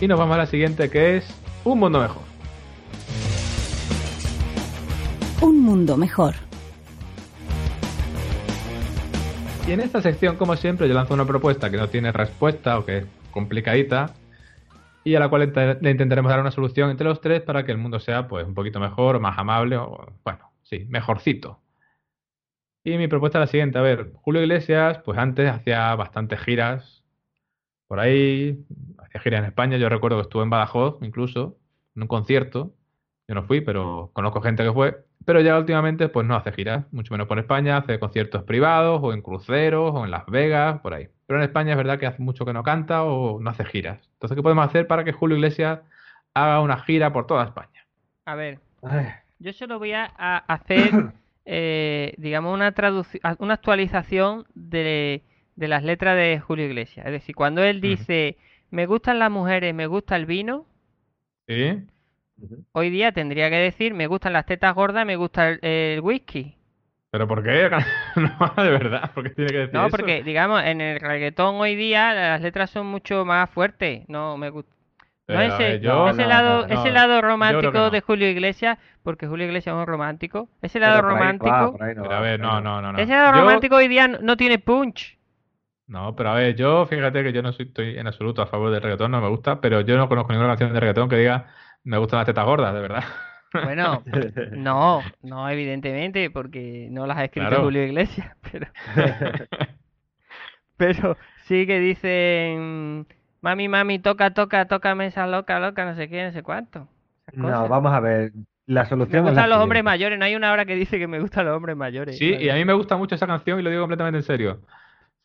[SPEAKER 1] y nos vamos a la siguiente que es Un Mundo Mejor.
[SPEAKER 4] Un mundo mejor.
[SPEAKER 1] Y en esta sección, como siempre, yo lanzo una propuesta que no tiene respuesta o que es complicadita, y a la cual int- le intentaremos dar una solución entre los tres para que el mundo sea pues un poquito mejor, o más amable, o bueno, sí, mejorcito. Y mi propuesta es la siguiente, a ver, Julio Iglesias, pues antes hacía bastantes giras por ahí, hacía giras en España, yo recuerdo que estuvo en Badajoz incluso, en un concierto, yo no fui, pero conozco gente que fue, pero ya últimamente pues no hace giras, mucho menos por España, hace conciertos privados o en cruceros o en Las Vegas, por ahí. Pero en España es verdad que hace mucho que no canta o no hace giras. Entonces, ¿qué podemos hacer para que Julio Iglesias haga una gira por toda España?
[SPEAKER 2] A ver,
[SPEAKER 3] Ay,
[SPEAKER 2] yo solo voy a, a hacer, eh, digamos, una traducción, una actualización de, de las letras de Julio Iglesias. Es decir, cuando él
[SPEAKER 1] Ujú.
[SPEAKER 2] dice, me gustan las mujeres, me gusta el vino,
[SPEAKER 1] ¿Sí?
[SPEAKER 2] hoy día tendría que decir, me gustan las tetas gordas, me gusta el, el whisky.
[SPEAKER 1] ¿Pero por qué? no, de verdad, porque tiene que decir
[SPEAKER 2] No,
[SPEAKER 1] eso?
[SPEAKER 2] porque, digamos, en el reggaetón hoy día las letras son mucho más fuertes. No, me gusta. No
[SPEAKER 1] Pero, a
[SPEAKER 2] ese,
[SPEAKER 1] ver, yo-
[SPEAKER 2] ese
[SPEAKER 3] no,
[SPEAKER 2] lado,
[SPEAKER 1] no,
[SPEAKER 2] ese
[SPEAKER 1] no,
[SPEAKER 2] lado
[SPEAKER 1] yo creo que
[SPEAKER 2] romántico
[SPEAKER 1] no.
[SPEAKER 2] de Julio Iglesias, porque Julio Iglesias es un romántico. Ese
[SPEAKER 3] pero
[SPEAKER 2] lado
[SPEAKER 3] por ahí no
[SPEAKER 2] romántico,
[SPEAKER 3] va, por ahí no
[SPEAKER 1] Pero
[SPEAKER 3] va,
[SPEAKER 1] a ver,
[SPEAKER 3] por
[SPEAKER 1] no,
[SPEAKER 3] ahí
[SPEAKER 1] no, no, no.
[SPEAKER 2] ese lado
[SPEAKER 1] Yo-
[SPEAKER 2] romántico hoy día no, no tiene punch.
[SPEAKER 1] No, pero a ver, yo fíjate que yo no soy, estoy en absoluto a favor del reggaetón, no me gusta, pero yo no conozco ninguna canción de reggaetón que diga me gustan las tetas gordas, de verdad.
[SPEAKER 2] Bueno, no,
[SPEAKER 3] no.
[SPEAKER 2] no, evidentemente, porque no las ha escrito
[SPEAKER 1] Claro.
[SPEAKER 2] Julio Iglesias, pero, pero sí que dicen, mami, mami, toca, toca, tócame esa loca, loca, no sé qué, no sé cuánto. Esas
[SPEAKER 3] No,
[SPEAKER 2] cosas.
[SPEAKER 3] vamos a ver. La
[SPEAKER 2] Me
[SPEAKER 3] solución es la
[SPEAKER 2] gustan los hombres
[SPEAKER 3] siguiente.
[SPEAKER 2] mayores, no hay una hora que dice que me gustan los hombres mayores.
[SPEAKER 1] Sí,
[SPEAKER 2] ¿sabes?
[SPEAKER 1] y a mí me gusta mucho esa canción y lo digo completamente en serio.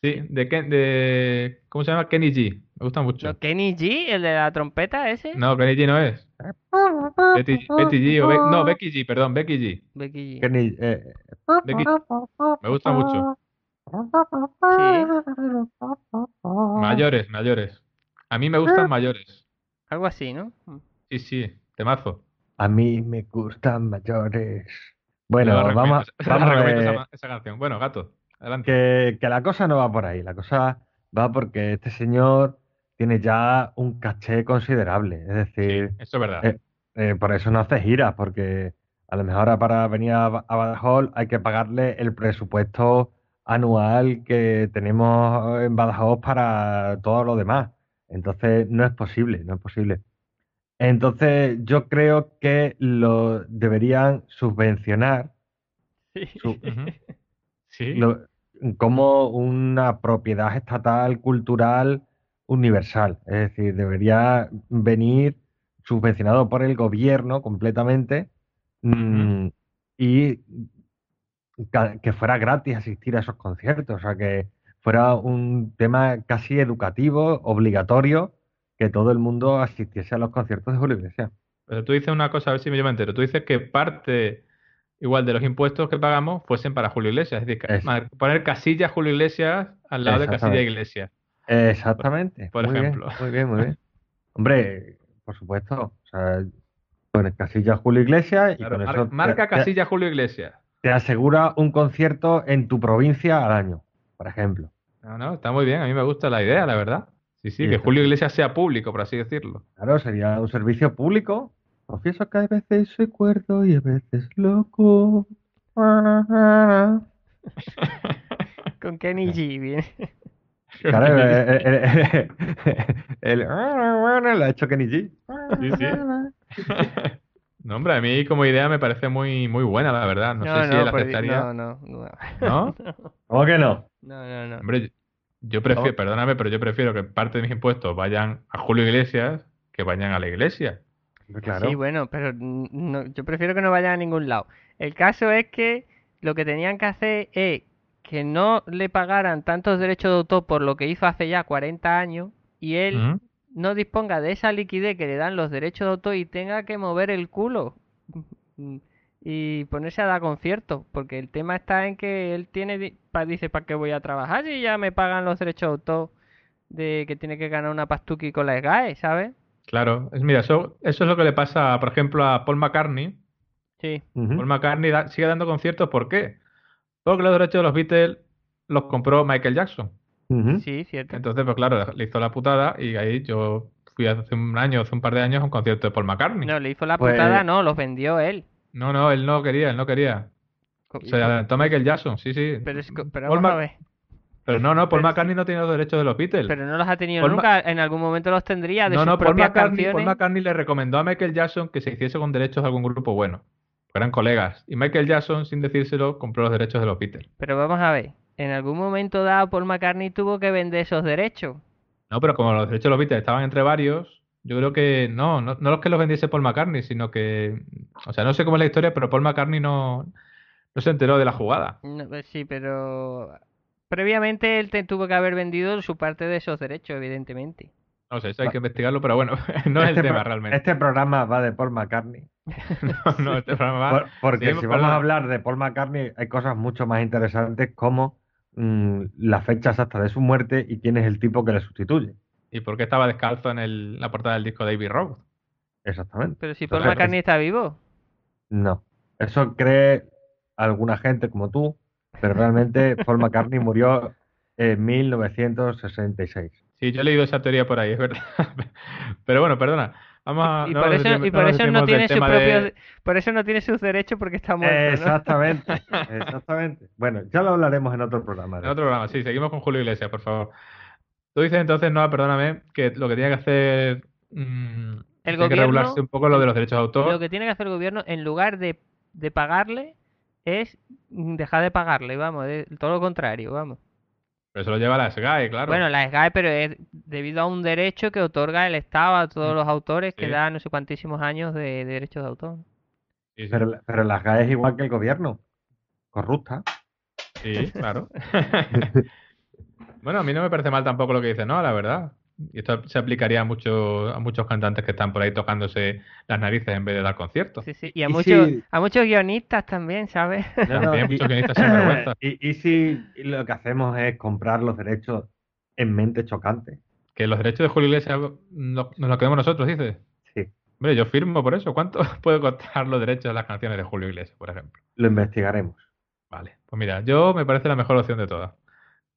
[SPEAKER 1] Sí, de, Ken- de ¿cómo se llama? Kenny G. Me gusta mucho.
[SPEAKER 2] ¿No, Kenny G, el de la trompeta ese?
[SPEAKER 1] No, Kenny G no es. Betty, Betty G o Be- no, Becky G, perdón, Becky G.
[SPEAKER 2] Becky G.
[SPEAKER 3] Que ni- eh,
[SPEAKER 1] Becky G. Me gusta mucho.
[SPEAKER 2] Sí,
[SPEAKER 1] Mayores, mayores. A mí me gustan mayores.
[SPEAKER 2] algo así, ¿no?
[SPEAKER 1] Sí, sí, temazo.
[SPEAKER 3] a mí me gustan mayores. Bueno,
[SPEAKER 1] Te la recomiendo
[SPEAKER 3] vamos,
[SPEAKER 1] esa-
[SPEAKER 3] vamos a
[SPEAKER 1] recomiendo
[SPEAKER 3] ver.
[SPEAKER 1] esa, esa canción. Bueno, gato, adelante.
[SPEAKER 3] que, que la cosa no va por ahí, la cosa va porque este señor tiene ya un caché considerable, es decir,
[SPEAKER 1] Eso es verdad.
[SPEAKER 3] Eh, eh, por eso no hace giras, porque a lo mejor ahora para venir a, Ba- a Badajoz hay que pagarle el presupuesto anual que tenemos en Badajoz para todo lo demás. Entonces no es posible, no es posible. Entonces yo creo que lo deberían subvencionar
[SPEAKER 2] Sí.
[SPEAKER 3] su-
[SPEAKER 1] Ujú. Sí.
[SPEAKER 3] lo- como una propiedad estatal, cultural, universal. Es decir, debería venir subvencionado por el gobierno completamente mm, y ca- que fuera gratis asistir a esos conciertos. O sea, que fuera un tema casi educativo, obligatorio, que todo el mundo asistiese a los conciertos de Julio Iglesias.
[SPEAKER 1] Pero tú dices una cosa, a ver si yo me entero. Tú dices que parte igual de los impuestos que pagamos fuesen para Julio Iglesias. Es decir, ca-
[SPEAKER 3] Es-
[SPEAKER 1] ma- poner casilla Julio Iglesias al lado de casilla
[SPEAKER 3] Exactamente.
[SPEAKER 1] Iglesias.
[SPEAKER 3] Exactamente.
[SPEAKER 1] Por
[SPEAKER 3] muy bien,
[SPEAKER 1] ejemplo.
[SPEAKER 3] muy bien, muy bien. Hombre, por supuesto. O sea, con el Casilla Julio Iglesias y
[SPEAKER 1] Claro,
[SPEAKER 3] con
[SPEAKER 1] mar-
[SPEAKER 3] eso te-
[SPEAKER 1] marca
[SPEAKER 3] te,
[SPEAKER 1] casilla Julio Iglesias.
[SPEAKER 3] te asegura un concierto en tu provincia al año, por ejemplo.
[SPEAKER 1] No, no, está muy bien. A mí me gusta la idea, la verdad. Sí, sí,
[SPEAKER 3] Sí,
[SPEAKER 1] que
[SPEAKER 3] está
[SPEAKER 1] Julio Iglesias sea público, por así decirlo.
[SPEAKER 3] Claro, sería un servicio público. Confieso que a veces soy cuerdo y a veces loco. Claro,
[SPEAKER 2] Con Kenny G viene.
[SPEAKER 3] el, el, el- el- lo ha hecho Kenny G.
[SPEAKER 1] Sí, sí. No, hombre, a mí como idea me parece muy, muy buena, la verdad. No, sé si él
[SPEAKER 2] por di-
[SPEAKER 1] aceptaría.
[SPEAKER 2] no, no, no,
[SPEAKER 1] ¿No?
[SPEAKER 3] ¿Cómo que no?
[SPEAKER 2] no, no, no.
[SPEAKER 1] Hombre, yo- Yo prefiero,
[SPEAKER 3] No.
[SPEAKER 1] perdóname, pero yo prefiero que parte de mis impuestos vayan a Julio Iglesias que vayan a la iglesia.
[SPEAKER 3] Claro.
[SPEAKER 2] Sí, bueno, pero n- no- yo prefiero que no vayan a ningún lado. El caso es que lo que tenían que hacer es que no le pagaran tantos derechos de autor por lo que hizo hace ya 40 años y él
[SPEAKER 1] Ujú.
[SPEAKER 2] no disponga de esa liquidez que le dan los derechos de autor y tenga que mover el culo mm, y ponerse a dar conciertos, porque el tema está en que él tiene di- pa- dice, ¿para qué voy a trabajar si ya me pagan los derechos de autor de que tiene que ganar una pastuqui con la SGAE, ¿sabes?
[SPEAKER 1] Claro, es, mira, eso, eso es lo que le pasa, por ejemplo, a Paul McCartney.
[SPEAKER 2] Sí.
[SPEAKER 3] Ujú.
[SPEAKER 1] Paul McCartney da- sigue dando conciertos, ¿por qué? Porque los derechos de los Beatles los compró Michael Jackson. ¿Mm?
[SPEAKER 3] Ujú.
[SPEAKER 2] Sí, cierto.
[SPEAKER 1] Entonces, pues claro, le hizo la putada y ahí yo fui hace un año, hace un par de años a un concierto de Paul McCartney.
[SPEAKER 2] No, le hizo la
[SPEAKER 3] Pues-
[SPEAKER 2] putada, no, los vendió él.
[SPEAKER 1] No, no, él no quería, él no quería.
[SPEAKER 2] Co-
[SPEAKER 1] Se adelantó Michael Jackson, sí, sí.
[SPEAKER 2] Pero, es co- pero
[SPEAKER 1] Paul
[SPEAKER 2] vamos a
[SPEAKER 1] Mac-
[SPEAKER 2] ver,
[SPEAKER 1] Pero no, no, Paul
[SPEAKER 2] pero-
[SPEAKER 1] McCartney no tiene los derechos de los Beatles.
[SPEAKER 2] pero no los ha tenido
[SPEAKER 1] Paul Ma-
[SPEAKER 2] nunca, en algún momento los tendría de
[SPEAKER 1] no,
[SPEAKER 2] sus
[SPEAKER 1] no, Paul
[SPEAKER 2] propias
[SPEAKER 1] McCartney, Paul
[SPEAKER 2] canciones.
[SPEAKER 1] McCartney le recomendó a Michael Jackson que se hiciese con derechos de algún grupo bueno. Eran colegas. Y Michael Jackson, sin decírselo, compró los derechos de los Beatles.
[SPEAKER 2] Pero vamos a ver, en algún momento dado Paul McCartney tuvo que vender esos derechos.
[SPEAKER 1] No, pero como los derechos de los Beatles estaban entre varios, yo creo que no, no, no los que los vendiese Paul McCartney, sino que, o sea, no sé cómo es la historia, pero Paul McCartney no, no se enteró de la jugada.
[SPEAKER 2] No, pues sí, pero previamente él te tuvo que haber vendido su parte de esos derechos, evidentemente.
[SPEAKER 1] No sé, eso hay que investigarlo, pero bueno, no es el
[SPEAKER 3] Este
[SPEAKER 1] tema
[SPEAKER 3] pro-
[SPEAKER 1] realmente.
[SPEAKER 3] Este programa va de Paul McCartney.
[SPEAKER 1] No, no, este programa va-
[SPEAKER 3] Por- porque
[SPEAKER 1] seguimos
[SPEAKER 3] si vamos
[SPEAKER 1] hablando.
[SPEAKER 3] a hablar de Paul McCartney, hay cosas mucho más interesantes como mm, la fecha exacta de su muerte y quién es el tipo que le sustituye.
[SPEAKER 1] ¿Y por qué estaba descalzo en el- la portada del disco David Road?
[SPEAKER 3] Exactamente.
[SPEAKER 2] Pero si Paul
[SPEAKER 1] Correcto.
[SPEAKER 2] McCartney está vivo,
[SPEAKER 3] No. Eso cree alguna gente como tú, pero realmente Paul McCartney murió en 1966.
[SPEAKER 1] Sí, yo he leído esa teoría por ahí, es verdad. Pero bueno, perdona. Vamos a,
[SPEAKER 2] y
[SPEAKER 1] Ah, no
[SPEAKER 2] por
[SPEAKER 1] nos
[SPEAKER 2] eso,
[SPEAKER 1] desviemos-
[SPEAKER 2] y por
[SPEAKER 1] nos
[SPEAKER 2] eso no
[SPEAKER 1] desviemos del
[SPEAKER 2] tiene sus
[SPEAKER 1] tema de-
[SPEAKER 2] propios, por eso no tiene sus derechos porque está muerto, ¿no?
[SPEAKER 3] Exactamente, exactamente. Bueno, ya lo hablaremos en otro programa.
[SPEAKER 1] En otro programa, sí, seguimos con Julio Iglesias, por favor. Tú dices entonces, no, perdóname, que lo que tiene que hacer. mm, tiene que
[SPEAKER 2] gobierno-
[SPEAKER 1] regularse un poco lo de los derechos de autor.
[SPEAKER 2] Lo que tiene que hacer el gobierno en lugar de, de pagarle es mm, dejar de pagarle, vamos, de- todo lo contrario, vamos.
[SPEAKER 1] Pero eso lo lleva la SGAE, claro.
[SPEAKER 2] Bueno, la SGAE, pero es debido a un derecho que otorga el Estado a todos
[SPEAKER 1] Mm.
[SPEAKER 2] los autores que
[SPEAKER 1] Sí.
[SPEAKER 2] da no sé cuantísimos años de, de derechos de autor.
[SPEAKER 1] Sí, sí,
[SPEAKER 3] Pero, pero las GAE E es igual que el gobierno. Corrupta.
[SPEAKER 1] sí, claro. bueno, a mí no me parece mal tampoco lo que dice, no, la verdad. Y esto se aplicaría a, muchos a muchos cantantes que están por ahí tocándose las narices en vez de dar conciertos.
[SPEAKER 2] Sí, sí. Y a
[SPEAKER 3] Y
[SPEAKER 2] muchos,
[SPEAKER 3] si-
[SPEAKER 2] a muchos guionistas también, ¿sabes?
[SPEAKER 3] No, no,
[SPEAKER 1] También hay
[SPEAKER 3] y-
[SPEAKER 1] muchos guionistas sinvergüenza.
[SPEAKER 3] y, y si lo que hacemos es comprar los derechos en mente chocante.
[SPEAKER 1] Que los derechos de Julio Iglesias no- nos los quedemos nosotros, dices.
[SPEAKER 3] Sí.
[SPEAKER 1] Hombre, yo firmo por eso. ¿Cuánto puede costar los derechos de las canciones de Julio Iglesias, por ejemplo?
[SPEAKER 3] Lo investigaremos.
[SPEAKER 1] Vale. Pues mira, yo me parece la mejor opción de todas.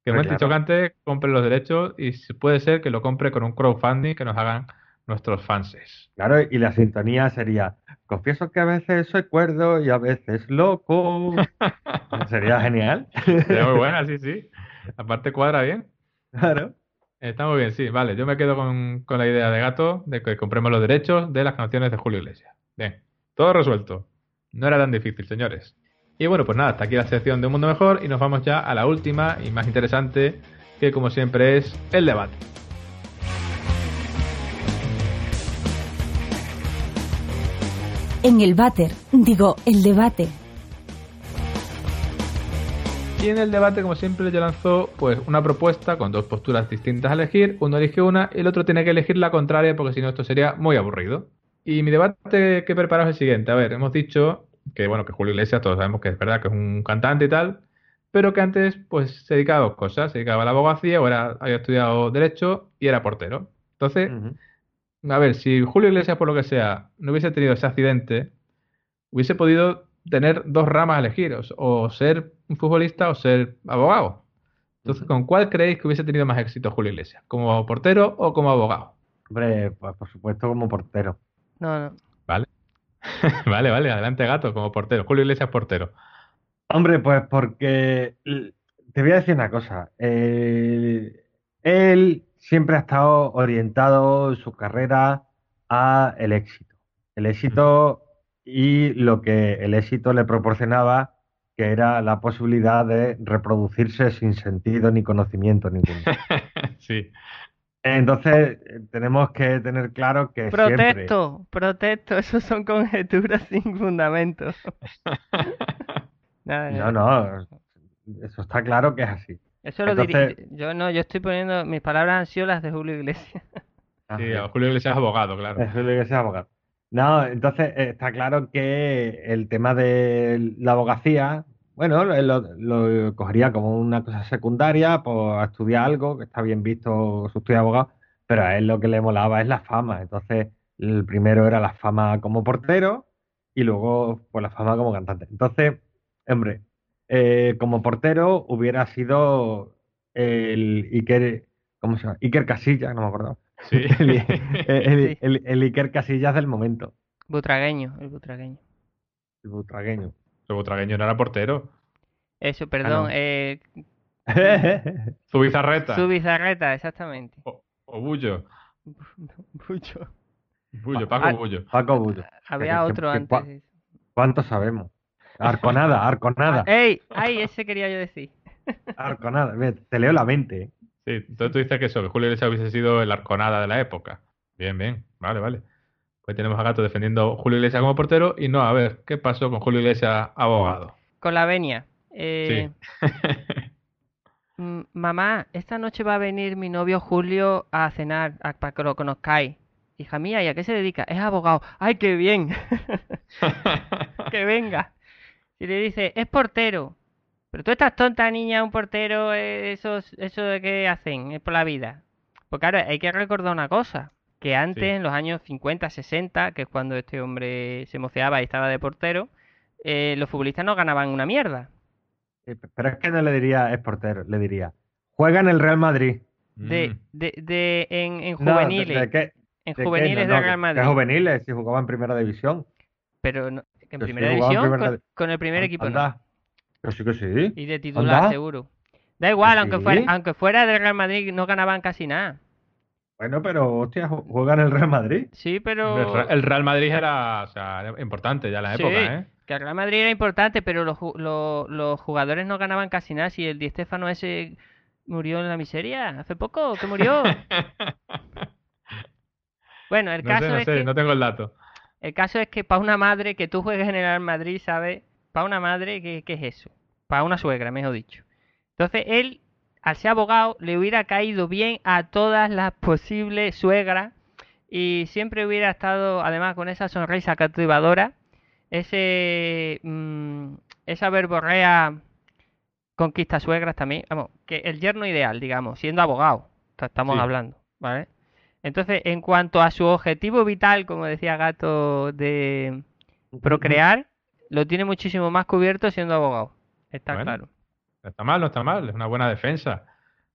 [SPEAKER 1] Que
[SPEAKER 3] Hombre,
[SPEAKER 1] Monty
[SPEAKER 3] claro.
[SPEAKER 1] Chocante compre los derechos y si puede ser que lo compre con un crowdfunding que nos hagan nuestros fanses.
[SPEAKER 3] Claro, y la sintonía sería, confieso que a veces soy cuerdo y a veces loco. sería genial.
[SPEAKER 1] Sería muy buena, sí, sí. Aparte cuadra bien.
[SPEAKER 3] Claro.
[SPEAKER 1] Está muy bien, sí. Vale, yo me quedo con, con la idea de gato de que compremos los derechos de las canciones de Julio Iglesias. Bien, todo resuelto. No era tan difícil, señores. Y bueno, pues nada, hasta aquí la sección de Un Mundo Mejor y nos vamos ya a la última y más interesante, que como siempre es el debate.
[SPEAKER 4] En el váter, digo, el debate.
[SPEAKER 1] Y en el debate, como siempre, yo lanzo pues una propuesta con dos posturas distintas a elegir. Uno elige una y el otro tiene que elegir la contraria porque si no esto sería muy aburrido. Y mi debate que he preparado es el siguiente. A ver, hemos dicho que bueno, que Julio Iglesias todos sabemos que es verdad que es un cantante y tal, pero que antes pues se dedicaba a dos cosas, se dedicaba a la abogacía o era, había estudiado derecho y era portero. Entonces,
[SPEAKER 3] Ujú.
[SPEAKER 1] a ver, si Julio Iglesias, por lo que sea, no hubiese tenido ese accidente, hubiese podido tener dos ramas a elegir, o, o ser un futbolista o ser abogado. Entonces, ¿con cuál creéis que hubiese tenido más éxito Julio Iglesias? ¿Como portero o como abogado?
[SPEAKER 3] Hombre, pues por supuesto como portero.
[SPEAKER 2] No, no.
[SPEAKER 1] vale, vale, adelante gato, como portero. Julio Iglesias portero.
[SPEAKER 3] Hombre, pues porque l- te voy a decir una cosa. eh, él siempre ha estado orientado en su carrera a el éxito. El éxito y lo que el éxito le proporcionaba que era la posibilidad de reproducirse sin sentido ni conocimiento ninguno.
[SPEAKER 1] sí.
[SPEAKER 3] Entonces, eh, tenemos que tener claro que siempre...
[SPEAKER 2] Protesto, protesto, eso son conjeturas sin fundamento. Nada,
[SPEAKER 3] No, no, eso está claro que es así.
[SPEAKER 2] Eso lo diría-
[SPEAKER 3] entonces-
[SPEAKER 2] Yo no, yo estoy poniendo, mis palabras han sido las de Julio Iglesias. Ah,
[SPEAKER 1] Sí, a Julio Iglesias es abogado, claro.
[SPEAKER 3] Eso es lo que sea abogado. No, entonces eh, está claro que el tema de la abogacía, bueno, eh, lo, lo- lo cogería como una cosa secundaria, por estudiar algo, que está bien visto su estudio de abogado, pero a él lo que le molaba es la fama. Entonces, el primero era la fama como portero y luego pues la fama como cantante. Entonces, hombre, eh, como portero hubiera sido el Iker, ¿cómo se llama? Iker Casillas, no me acuerdo.
[SPEAKER 1] Sí.
[SPEAKER 3] El-
[SPEAKER 2] Eh,
[SPEAKER 3] el,
[SPEAKER 2] Sí.
[SPEAKER 3] el- el Iker Casillas del momento,
[SPEAKER 2] Butragueño, el butragueño.
[SPEAKER 3] el butragueño.
[SPEAKER 1] Pero Butragueño no era portero.
[SPEAKER 2] Eso, perdón,
[SPEAKER 3] Ah, no.
[SPEAKER 2] eh,
[SPEAKER 1] Zubizarreta.
[SPEAKER 2] su bizarreta, exactamente.
[SPEAKER 1] O Bullo.
[SPEAKER 2] Mucho.
[SPEAKER 1] Bullo,
[SPEAKER 2] Ah,
[SPEAKER 1] Paco Bullo.
[SPEAKER 3] Paco Bullo.
[SPEAKER 2] Había
[SPEAKER 3] que-
[SPEAKER 2] otro
[SPEAKER 3] que cua-
[SPEAKER 2] antes.
[SPEAKER 3] ¿Cuánto sabemos? Arconada, Arconada,
[SPEAKER 2] ¡Ey! ¡Ay! Ese quería yo decir.
[SPEAKER 3] Arconada. Ve, Te leo la mente. ¿eh?
[SPEAKER 1] Sí, entonces tú dices que eso, que Julio Iglesias hubiese sido el arconada de la época. Bien, bien, vale, vale. Pues tenemos a Gato defendiendo a Julio Iglesias como portero y no, a ver, ¿qué pasó con Julio Iglesias abogado?
[SPEAKER 2] Con la venia. Eh, mm, Mamá, esta noche va a venir mi novio Julio a cenar a- para que lo conozcáis. Hija mía, ¿y a qué se dedica? Es abogado. ¡Ay, qué bien! que venga. Y le dice, es portero. Pero tú estás tonta, niña, un portero, eh, eso, eso de que hacen, es por la vida. Pues claro, hay que recordar una cosa, que antes,
[SPEAKER 1] Sí.
[SPEAKER 2] en los años 50, 60, que es cuando este hombre se moceaba y estaba de portero, eh, los futbolistas no ganaban una mierda.
[SPEAKER 3] Eh, Pero es que no le diría es portero, le diría juega en el Real Madrid.
[SPEAKER 2] De,
[SPEAKER 1] Mm,
[SPEAKER 2] de, de- en, en
[SPEAKER 3] No, de-
[SPEAKER 2] juveniles,
[SPEAKER 3] de qué-
[SPEAKER 2] en
[SPEAKER 3] de qué,
[SPEAKER 2] juveniles de
[SPEAKER 3] no, no,
[SPEAKER 2] Real
[SPEAKER 3] que- que
[SPEAKER 2] Madrid.
[SPEAKER 3] juveniles, si jugaba en primera división.
[SPEAKER 2] Pero no- en
[SPEAKER 3] sí
[SPEAKER 2] primera
[SPEAKER 3] jugaba en
[SPEAKER 2] división,
[SPEAKER 3] primera
[SPEAKER 2] con,
[SPEAKER 3] di-
[SPEAKER 2] con el primer equipo no.
[SPEAKER 3] Anda. Que sí, que sí.
[SPEAKER 2] Y de titular,
[SPEAKER 3] Anda.
[SPEAKER 2] seguro. Da igual,
[SPEAKER 3] Sí.
[SPEAKER 2] aunque fuera, aunque fuera del Real Madrid, no ganaban casi nada.
[SPEAKER 3] Bueno, pero hostia, ju- juega en el Real Madrid.
[SPEAKER 2] Sí,
[SPEAKER 1] El Re-
[SPEAKER 2] pero.
[SPEAKER 1] el Real Madrid era, o sea, era importante ya en la
[SPEAKER 2] Sí.
[SPEAKER 1] época, ¿eh?
[SPEAKER 2] Que el Real Madrid era importante, pero los, ju- lo- los jugadores no ganaban casi nada. Si el Di Stéfano ese murió en la miseria hace poco, que murió. bueno, el
[SPEAKER 1] No
[SPEAKER 2] caso
[SPEAKER 1] sé, no
[SPEAKER 2] es
[SPEAKER 1] sé,
[SPEAKER 2] que,
[SPEAKER 1] no tengo el dato.
[SPEAKER 2] el caso es que para una madre que tú juegues en el Real Madrid, ¿sabes? Para una madre, ¿qué, qué es eso? Para una suegra, mejor dicho. Entonces él, al ser abogado, le hubiera caído bien a todas las posibles suegras y siempre hubiera estado, además, con esa sonrisa cautivadora, ese, mm, esa verborrea conquista suegras también, vamos, que el yerno ideal, digamos, siendo abogado, t- estamos
[SPEAKER 1] Sí.
[SPEAKER 2] hablando, ¿vale? Entonces, en cuanto a su objetivo vital, como decía Gato, de procrear, lo tiene muchísimo más cubierto siendo abogado, está
[SPEAKER 1] Bueno.
[SPEAKER 2] claro.
[SPEAKER 1] No está mal, no está mal, es una buena defensa.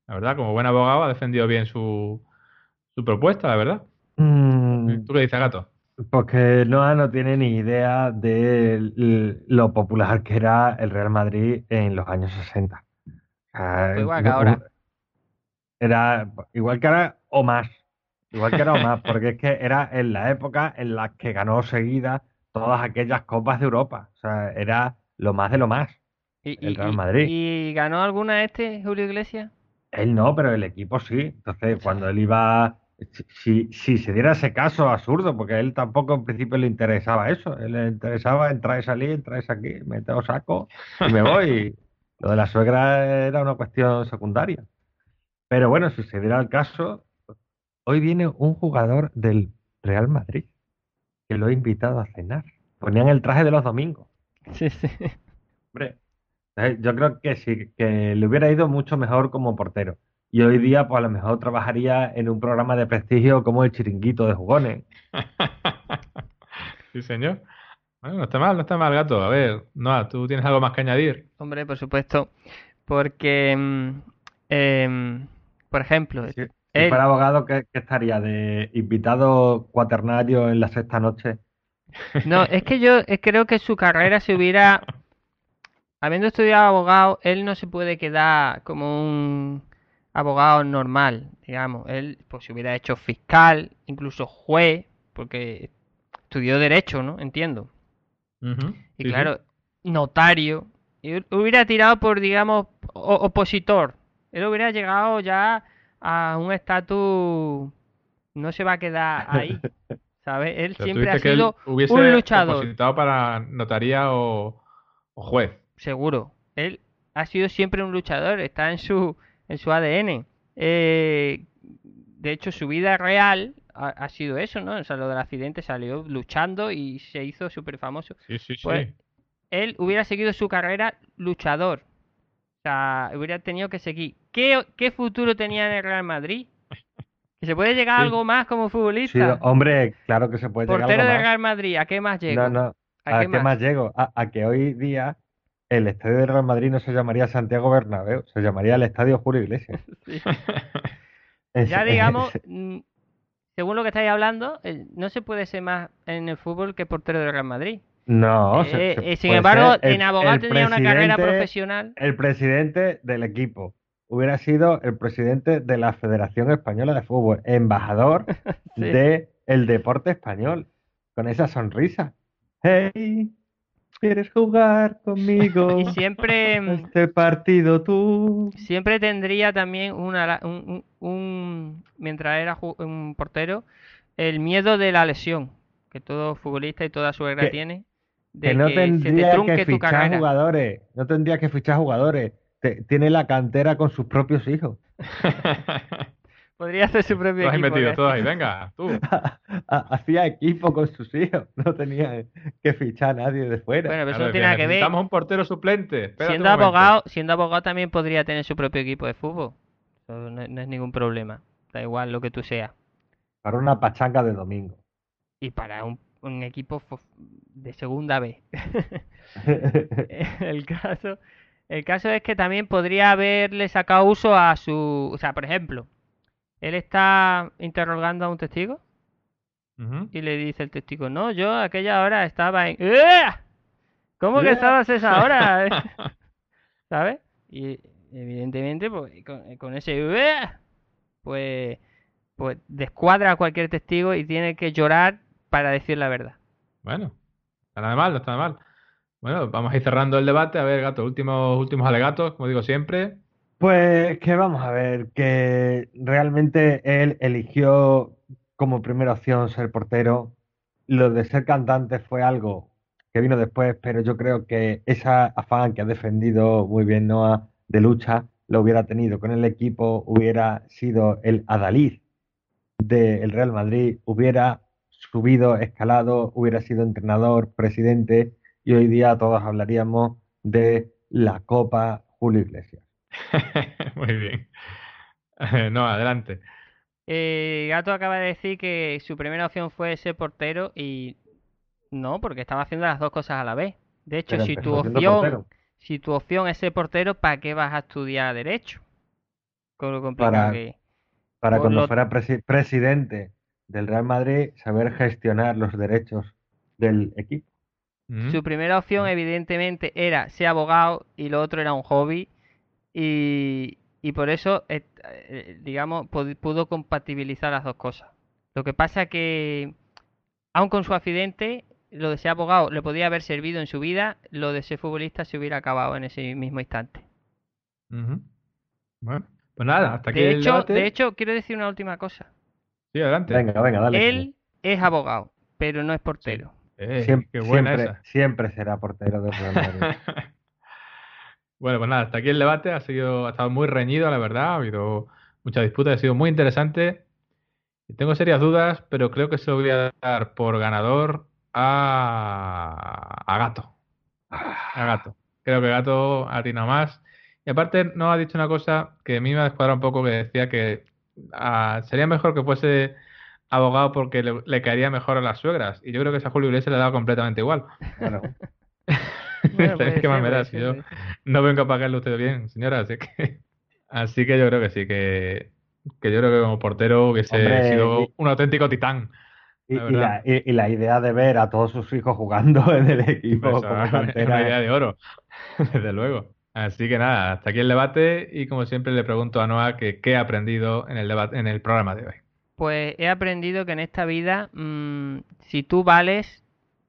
[SPEAKER 1] La verdad, como buen abogado ha defendido bien su, su propuesta, la verdad.
[SPEAKER 3] Mm,
[SPEAKER 1] ¿Tú qué dices, Gato?
[SPEAKER 3] Porque Noah no tiene ni idea de l- lo popular que era el Real Madrid en los años 60. Ah,
[SPEAKER 2] Fue igual que ahora.
[SPEAKER 3] Era igual que ahora o más. Igual que era o más, porque es que era en la época en la que ganó seguida todas aquellas copas de Europa. O sea, era lo más de lo más.
[SPEAKER 2] Y,
[SPEAKER 3] El
[SPEAKER 2] y-
[SPEAKER 3] Real
[SPEAKER 2] y-
[SPEAKER 3] Madrid.
[SPEAKER 2] ¿Y ganó alguna este, Julio Iglesias?
[SPEAKER 3] Él no, pero el equipo sí. Entonces, cuando él iba, si, si- si se diera ese caso absurdo, porque a él tampoco en principio le interesaba eso, él le interesaba entrar y salir, entrar y salir, meter o saco y me voy. Lo de la suegra era una cuestión secundaria. Pero bueno, si se diera el caso, hoy viene un jugador del Real Madrid que lo he invitado a cenar. Ponían el traje de los domingos.
[SPEAKER 2] Sí, sí.
[SPEAKER 3] Hombre, eh, yo creo que sí, que le hubiera ido mucho mejor como portero. Y hoy día, pues a lo mejor trabajaría en un programa de prestigio como el Chiringuito de Jugones.
[SPEAKER 1] Sí, señor. Bueno, no está mal, no está mal, Gato. A ver, Noah, ¿tú tienes algo más que añadir?
[SPEAKER 2] Hombre, por supuesto. Porque, mm, em, por ejemplo,
[SPEAKER 3] Si, si
[SPEAKER 2] Él.
[SPEAKER 3] fuera abogado, ¿qué, qué estaría? ¿De invitado cuaternario en la sexta noche?
[SPEAKER 2] No, es que yo eh, creo que su carrera se hubiera. Habiendo estudiado abogado, él no se puede quedar como un abogado normal, digamos. Él pues se hubiera hecho fiscal, incluso juez, porque estudió derecho, ¿no? Entiendo.
[SPEAKER 1] Ujú. Sí,
[SPEAKER 2] Y
[SPEAKER 1] sí.
[SPEAKER 2] claro, notario, Y hu- hubiera tirado por, digamos, o- opositor. Él hubiera llegado ya a un estatus. No se va a quedar ahí. ¿Sabes? Él
[SPEAKER 1] O sea, tú
[SPEAKER 2] siempre ha
[SPEAKER 1] dices que él
[SPEAKER 2] sido
[SPEAKER 1] hubiese
[SPEAKER 2] un luchador.
[SPEAKER 1] opositado para notaría o, o juez.
[SPEAKER 2] seguro. Él ha sido siempre un luchador, está en su, en su ADN. Eh, de hecho, su vida real ha, ha sido eso, ¿no? O sea, lo del accidente salió luchando y se hizo súper famoso.
[SPEAKER 1] Sí, sí, sí.
[SPEAKER 2] Pues, Él hubiera seguido su carrera luchador. O sea, hubiera tenido que seguir. ¿Qué, qué futuro tenía en el Real Madrid? ¿Que se puede llegar a
[SPEAKER 1] Sí.
[SPEAKER 2] algo más como
[SPEAKER 3] Sí,
[SPEAKER 2] futbolista?
[SPEAKER 3] hombre, claro que se puede llegar
[SPEAKER 2] Portero
[SPEAKER 3] algo
[SPEAKER 2] del
[SPEAKER 3] más.
[SPEAKER 2] Real Madrid, ¿a qué más llega?
[SPEAKER 3] No, no.
[SPEAKER 2] ¿A
[SPEAKER 3] ¿A,
[SPEAKER 2] qué
[SPEAKER 3] qué más,
[SPEAKER 2] más?
[SPEAKER 3] llego? A, a que hoy día el estadio del Real Madrid no se llamaría Santiago Bernabéu, se llamaría el Estadio Julio Iglesias.
[SPEAKER 2] Sí.
[SPEAKER 3] Es- eh,
[SPEAKER 2] Ya
[SPEAKER 3] es-
[SPEAKER 2] digamos, mm, según lo que estáis hablando, eh, no se puede ser más en el fútbol que portero del Real Madrid.
[SPEAKER 3] no, se-
[SPEAKER 2] Eh,
[SPEAKER 3] se
[SPEAKER 2] eh, sin
[SPEAKER 3] puede
[SPEAKER 2] embargo,
[SPEAKER 3] ser el-
[SPEAKER 2] en abogado
[SPEAKER 3] el
[SPEAKER 2] tenía una carrera
[SPEAKER 3] presidente-
[SPEAKER 2] profesional.
[SPEAKER 3] El presidente del equipo hubiera sido el presidente de la Federación Española de Fútbol, embajador
[SPEAKER 2] Sí.
[SPEAKER 3] de el deporte español, con esa sonrisa. Hey, ¿quieres jugar conmigo?
[SPEAKER 2] Y siempre, mm,
[SPEAKER 3] Este partido tú.
[SPEAKER 2] siempre tendría también una, la- un, un- un- mientras era ju- un portero, el miedo de la lesión, que todo futbolista y toda suegra
[SPEAKER 3] Que-
[SPEAKER 2] tiene, de
[SPEAKER 3] que no
[SPEAKER 2] se te
[SPEAKER 3] tendría
[SPEAKER 2] trunque
[SPEAKER 3] que
[SPEAKER 2] tu
[SPEAKER 3] fichar
[SPEAKER 2] carrera.
[SPEAKER 3] jugadores, no tendría que fichar jugadores. Te- tiene la cantera con sus propios hijos.
[SPEAKER 2] Podría hacer su propio
[SPEAKER 1] Tú has
[SPEAKER 2] equipo,
[SPEAKER 1] metido
[SPEAKER 2] ¿eh?
[SPEAKER 1] todas ahí, venga, tú.
[SPEAKER 3] Hacía equipo con sus hijos, no tenía que fichar a nadie de fuera.
[SPEAKER 2] Bueno, pero eso
[SPEAKER 1] Claro,
[SPEAKER 2] no
[SPEAKER 1] decía,
[SPEAKER 2] tiene nada que ver.
[SPEAKER 1] Necesitamos un portero suplente. Espérate
[SPEAKER 2] siendo
[SPEAKER 1] un momento.
[SPEAKER 2] abogado, siendo abogado también podría tener su propio equipo de fútbol. Eso no, no es ningún problema. Da igual lo que tú seas.
[SPEAKER 3] Para una pachanga de domingo.
[SPEAKER 2] Y para un, un equipo fo- de segunda vez. el caso, el caso es que también podría haberle sacado uso a su, o sea, por ejemplo, él está interrogando a un testigo
[SPEAKER 1] Ujú.
[SPEAKER 2] y le dice el testigo, no, yo a aquella hora estaba en, ¡Eh! ¿cómo que
[SPEAKER 3] ¡Eh!
[SPEAKER 2] estabas a esa hora? ¿sabes? Y evidentemente, pues, con, con ese "Ueh", pues, pues descuadra a cualquier testigo y tiene que llorar para decir la verdad.
[SPEAKER 1] Bueno, está nada mal, no está nada mal. Bueno, vamos a ir cerrando el debate. A ver, gato, últimos, últimos alegatos, como digo siempre.
[SPEAKER 3] Pues que vamos a ver, que realmente él eligió como primera opción ser portero. Lo de ser cantante fue algo que vino después, pero yo creo que esa afán que ha defendido muy bien Noah de lucha lo hubiera tenido con el equipo, hubiera sido el adalid del Real Madrid, hubiera subido, escalado, hubiera sido entrenador, presidente y hoy día todos hablaríamos de la Copa Julio Iglesias.
[SPEAKER 1] Muy bien. Eh, No, adelante.
[SPEAKER 2] Eh, Gato acaba de decir que su primera opción fue ser portero y no, porque estaba haciendo las dos cosas a la vez. De hecho,
[SPEAKER 3] Pero
[SPEAKER 2] si
[SPEAKER 3] empezó
[SPEAKER 2] tu
[SPEAKER 3] siendo
[SPEAKER 2] opción,
[SPEAKER 3] portero,
[SPEAKER 2] si tu opción es ser portero, ¿para qué vas a estudiar derecho? Con lo complicado
[SPEAKER 3] Para-
[SPEAKER 2] que-
[SPEAKER 3] para
[SPEAKER 2] por
[SPEAKER 3] cuando
[SPEAKER 2] lo-
[SPEAKER 3] fuera presi- presidente del Real Madrid, saber gestionar los derechos del equipo.
[SPEAKER 1] Ujú.
[SPEAKER 2] Su primera opción, evidentemente, era ser abogado y lo otro era un hobby. Y, y por eso, eh, eh, digamos, pod- pudo compatibilizar las dos cosas. Lo que pasa que, aun con su accidente, lo de ser abogado le podía haber servido en su vida, lo de ser futbolista se hubiera acabado en ese mismo instante.
[SPEAKER 1] Ujú. Bueno, pues nada, hasta aquí
[SPEAKER 2] De
[SPEAKER 1] el
[SPEAKER 2] hecho,
[SPEAKER 1] debate.
[SPEAKER 2] de hecho, quiero decir una última cosa.
[SPEAKER 1] Sí, adelante.
[SPEAKER 3] Venga, venga, dale.
[SPEAKER 2] Él es abogado, pero no es portero.
[SPEAKER 1] Eh,
[SPEAKER 3] Siem-
[SPEAKER 1] qué buena
[SPEAKER 3] siempre,
[SPEAKER 1] esa.
[SPEAKER 3] siempre será portero del Real Madrid.
[SPEAKER 1] Bueno, pues nada, hasta aquí el debate. Ha sido, ha estado muy reñido, la verdad. Ha habido mucha disputa, ha sido muy interesante. Y Tengo serias dudas, pero creo que se lo voy a dar por ganador a, a Gato. A Gato. Creo que Gato atina más. Y aparte, no ha dicho una cosa que a mí me ha descuadrado un poco, que decía que ah, sería mejor que fuese abogado porque le, le caería mejor a las suegras. Y yo creo que esa Julio Iglesias le ha dado completamente igual.
[SPEAKER 3] Bueno,
[SPEAKER 2] Bueno,
[SPEAKER 1] ¿Sabes
[SPEAKER 2] puede
[SPEAKER 1] qué más
[SPEAKER 2] ser,
[SPEAKER 1] me
[SPEAKER 2] puede
[SPEAKER 1] da si
[SPEAKER 2] ser,
[SPEAKER 1] yo-
[SPEAKER 2] puede ser.
[SPEAKER 1] no vengo a pagarle a usted bien, señora, así que así que yo creo que sí, que, que yo creo que como portero hubiese
[SPEAKER 3] Hombre,
[SPEAKER 1] sido
[SPEAKER 3] y-
[SPEAKER 1] un auténtico titán.
[SPEAKER 3] y,
[SPEAKER 1] La
[SPEAKER 3] y la, y- y la idea de ver a todos sus hijos jugando en el equipo
[SPEAKER 1] Pues,
[SPEAKER 3] como
[SPEAKER 1] ah, es
[SPEAKER 3] cantera.
[SPEAKER 1] una idea de oro, desde luego. Así que nada, hasta aquí el debate y como siempre le pregunto a Noah que qué ha aprendido en el debate, en el programa de hoy.
[SPEAKER 2] Pues he aprendido que en esta vida, mm, si tú vales,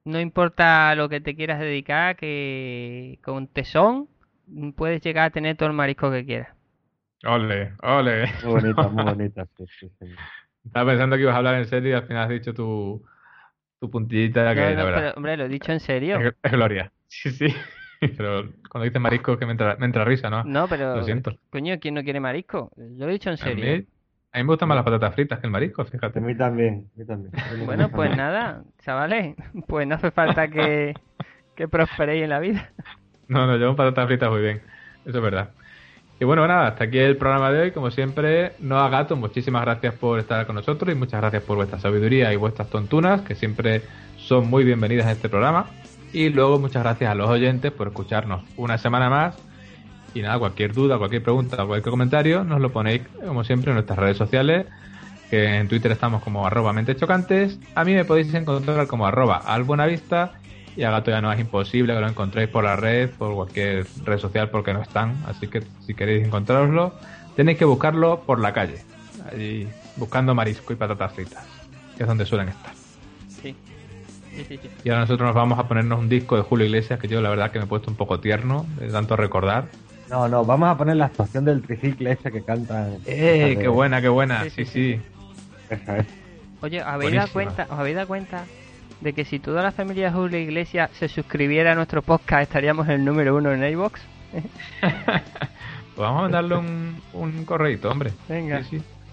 [SPEAKER 2] No importa lo que te quieras dedicar, que con tesón mm, puedes llegar a tener todo el marisco que quieras.
[SPEAKER 1] Ole, ole.
[SPEAKER 5] Muy bonita, muy bonita. Sí, sí, sí.
[SPEAKER 1] Estaba pensando que ibas a hablar en serio y al final has dicho tu, tu puntillita que
[SPEAKER 2] No,
[SPEAKER 1] la
[SPEAKER 2] no,
[SPEAKER 1] verdad.
[SPEAKER 2] pero, hombre, lo he dicho en serio.
[SPEAKER 1] Es, es gloria. Sí, sí. Pero cuando dices marisco es que me entra, me entra risa, ¿no?
[SPEAKER 2] No, pero
[SPEAKER 1] Lo siento.
[SPEAKER 2] coño, ¿quién no quiere marisco? Yo lo he dicho en
[SPEAKER 1] A mí,
[SPEAKER 2] serio.
[SPEAKER 1] a mí me gustan más las patatas fritas que el marisco,
[SPEAKER 5] A
[SPEAKER 1] fíjate.
[SPEAKER 5] mí también, a mí también.
[SPEAKER 2] Bueno, pues nada, chavales, pues no hace falta que, que prosperéis en la vida.
[SPEAKER 1] No, no, yo patatas fritas muy bien. Eso es verdad. Y bueno, nada, hasta aquí el programa de hoy. Como siempre, no a gato, muchísimas gracias por estar con nosotros y muchas gracias por vuestra sabiduría y vuestras tontunas, que siempre son muy bienvenidas en este programa. Y luego, muchas gracias a los oyentes por escucharnos una semana más. Y nada, cualquier duda, cualquier pregunta, cualquier comentario, nos lo ponéis, como siempre, en nuestras redes sociales. Que en Twitter estamos como arroba mentes chocantes. A mí me podéis encontrar como arroba albuenavista. Y a Gato ya no es imposible que lo encontréis por la red, por cualquier red social, porque no están. Así que si queréis encontraroslo, tenéis que buscarlo por la calle. Allí, buscando marisco y patatas fritas, que es donde suelen estar.
[SPEAKER 2] Sí. Sí, sí, sí.
[SPEAKER 1] Y ahora nosotros nos vamos a ponernos un disco de Julio Iglesias, que yo la verdad que me he puesto un poco tierno, de tanto recordar.
[SPEAKER 3] No, no, vamos a poner la actuación del tricicle ese que canta.
[SPEAKER 1] ¡Eh, qué
[SPEAKER 3] Esa de-
[SPEAKER 1] buena, qué buena!
[SPEAKER 2] Sí,
[SPEAKER 1] Sí,
[SPEAKER 2] sí,
[SPEAKER 1] sí.
[SPEAKER 3] esa es.
[SPEAKER 2] Oye, ¿habéis dado,
[SPEAKER 1] Buenísima.
[SPEAKER 2] cuenta, ¿os habéis dado cuenta de que si toda la familia Julio Iglesias se suscribiera a nuestro podcast estaríamos en el número uno en iVox?
[SPEAKER 1] Pues vamos a mandarle un, un correíto, hombre.
[SPEAKER 2] Venga.
[SPEAKER 1] Sí, sí.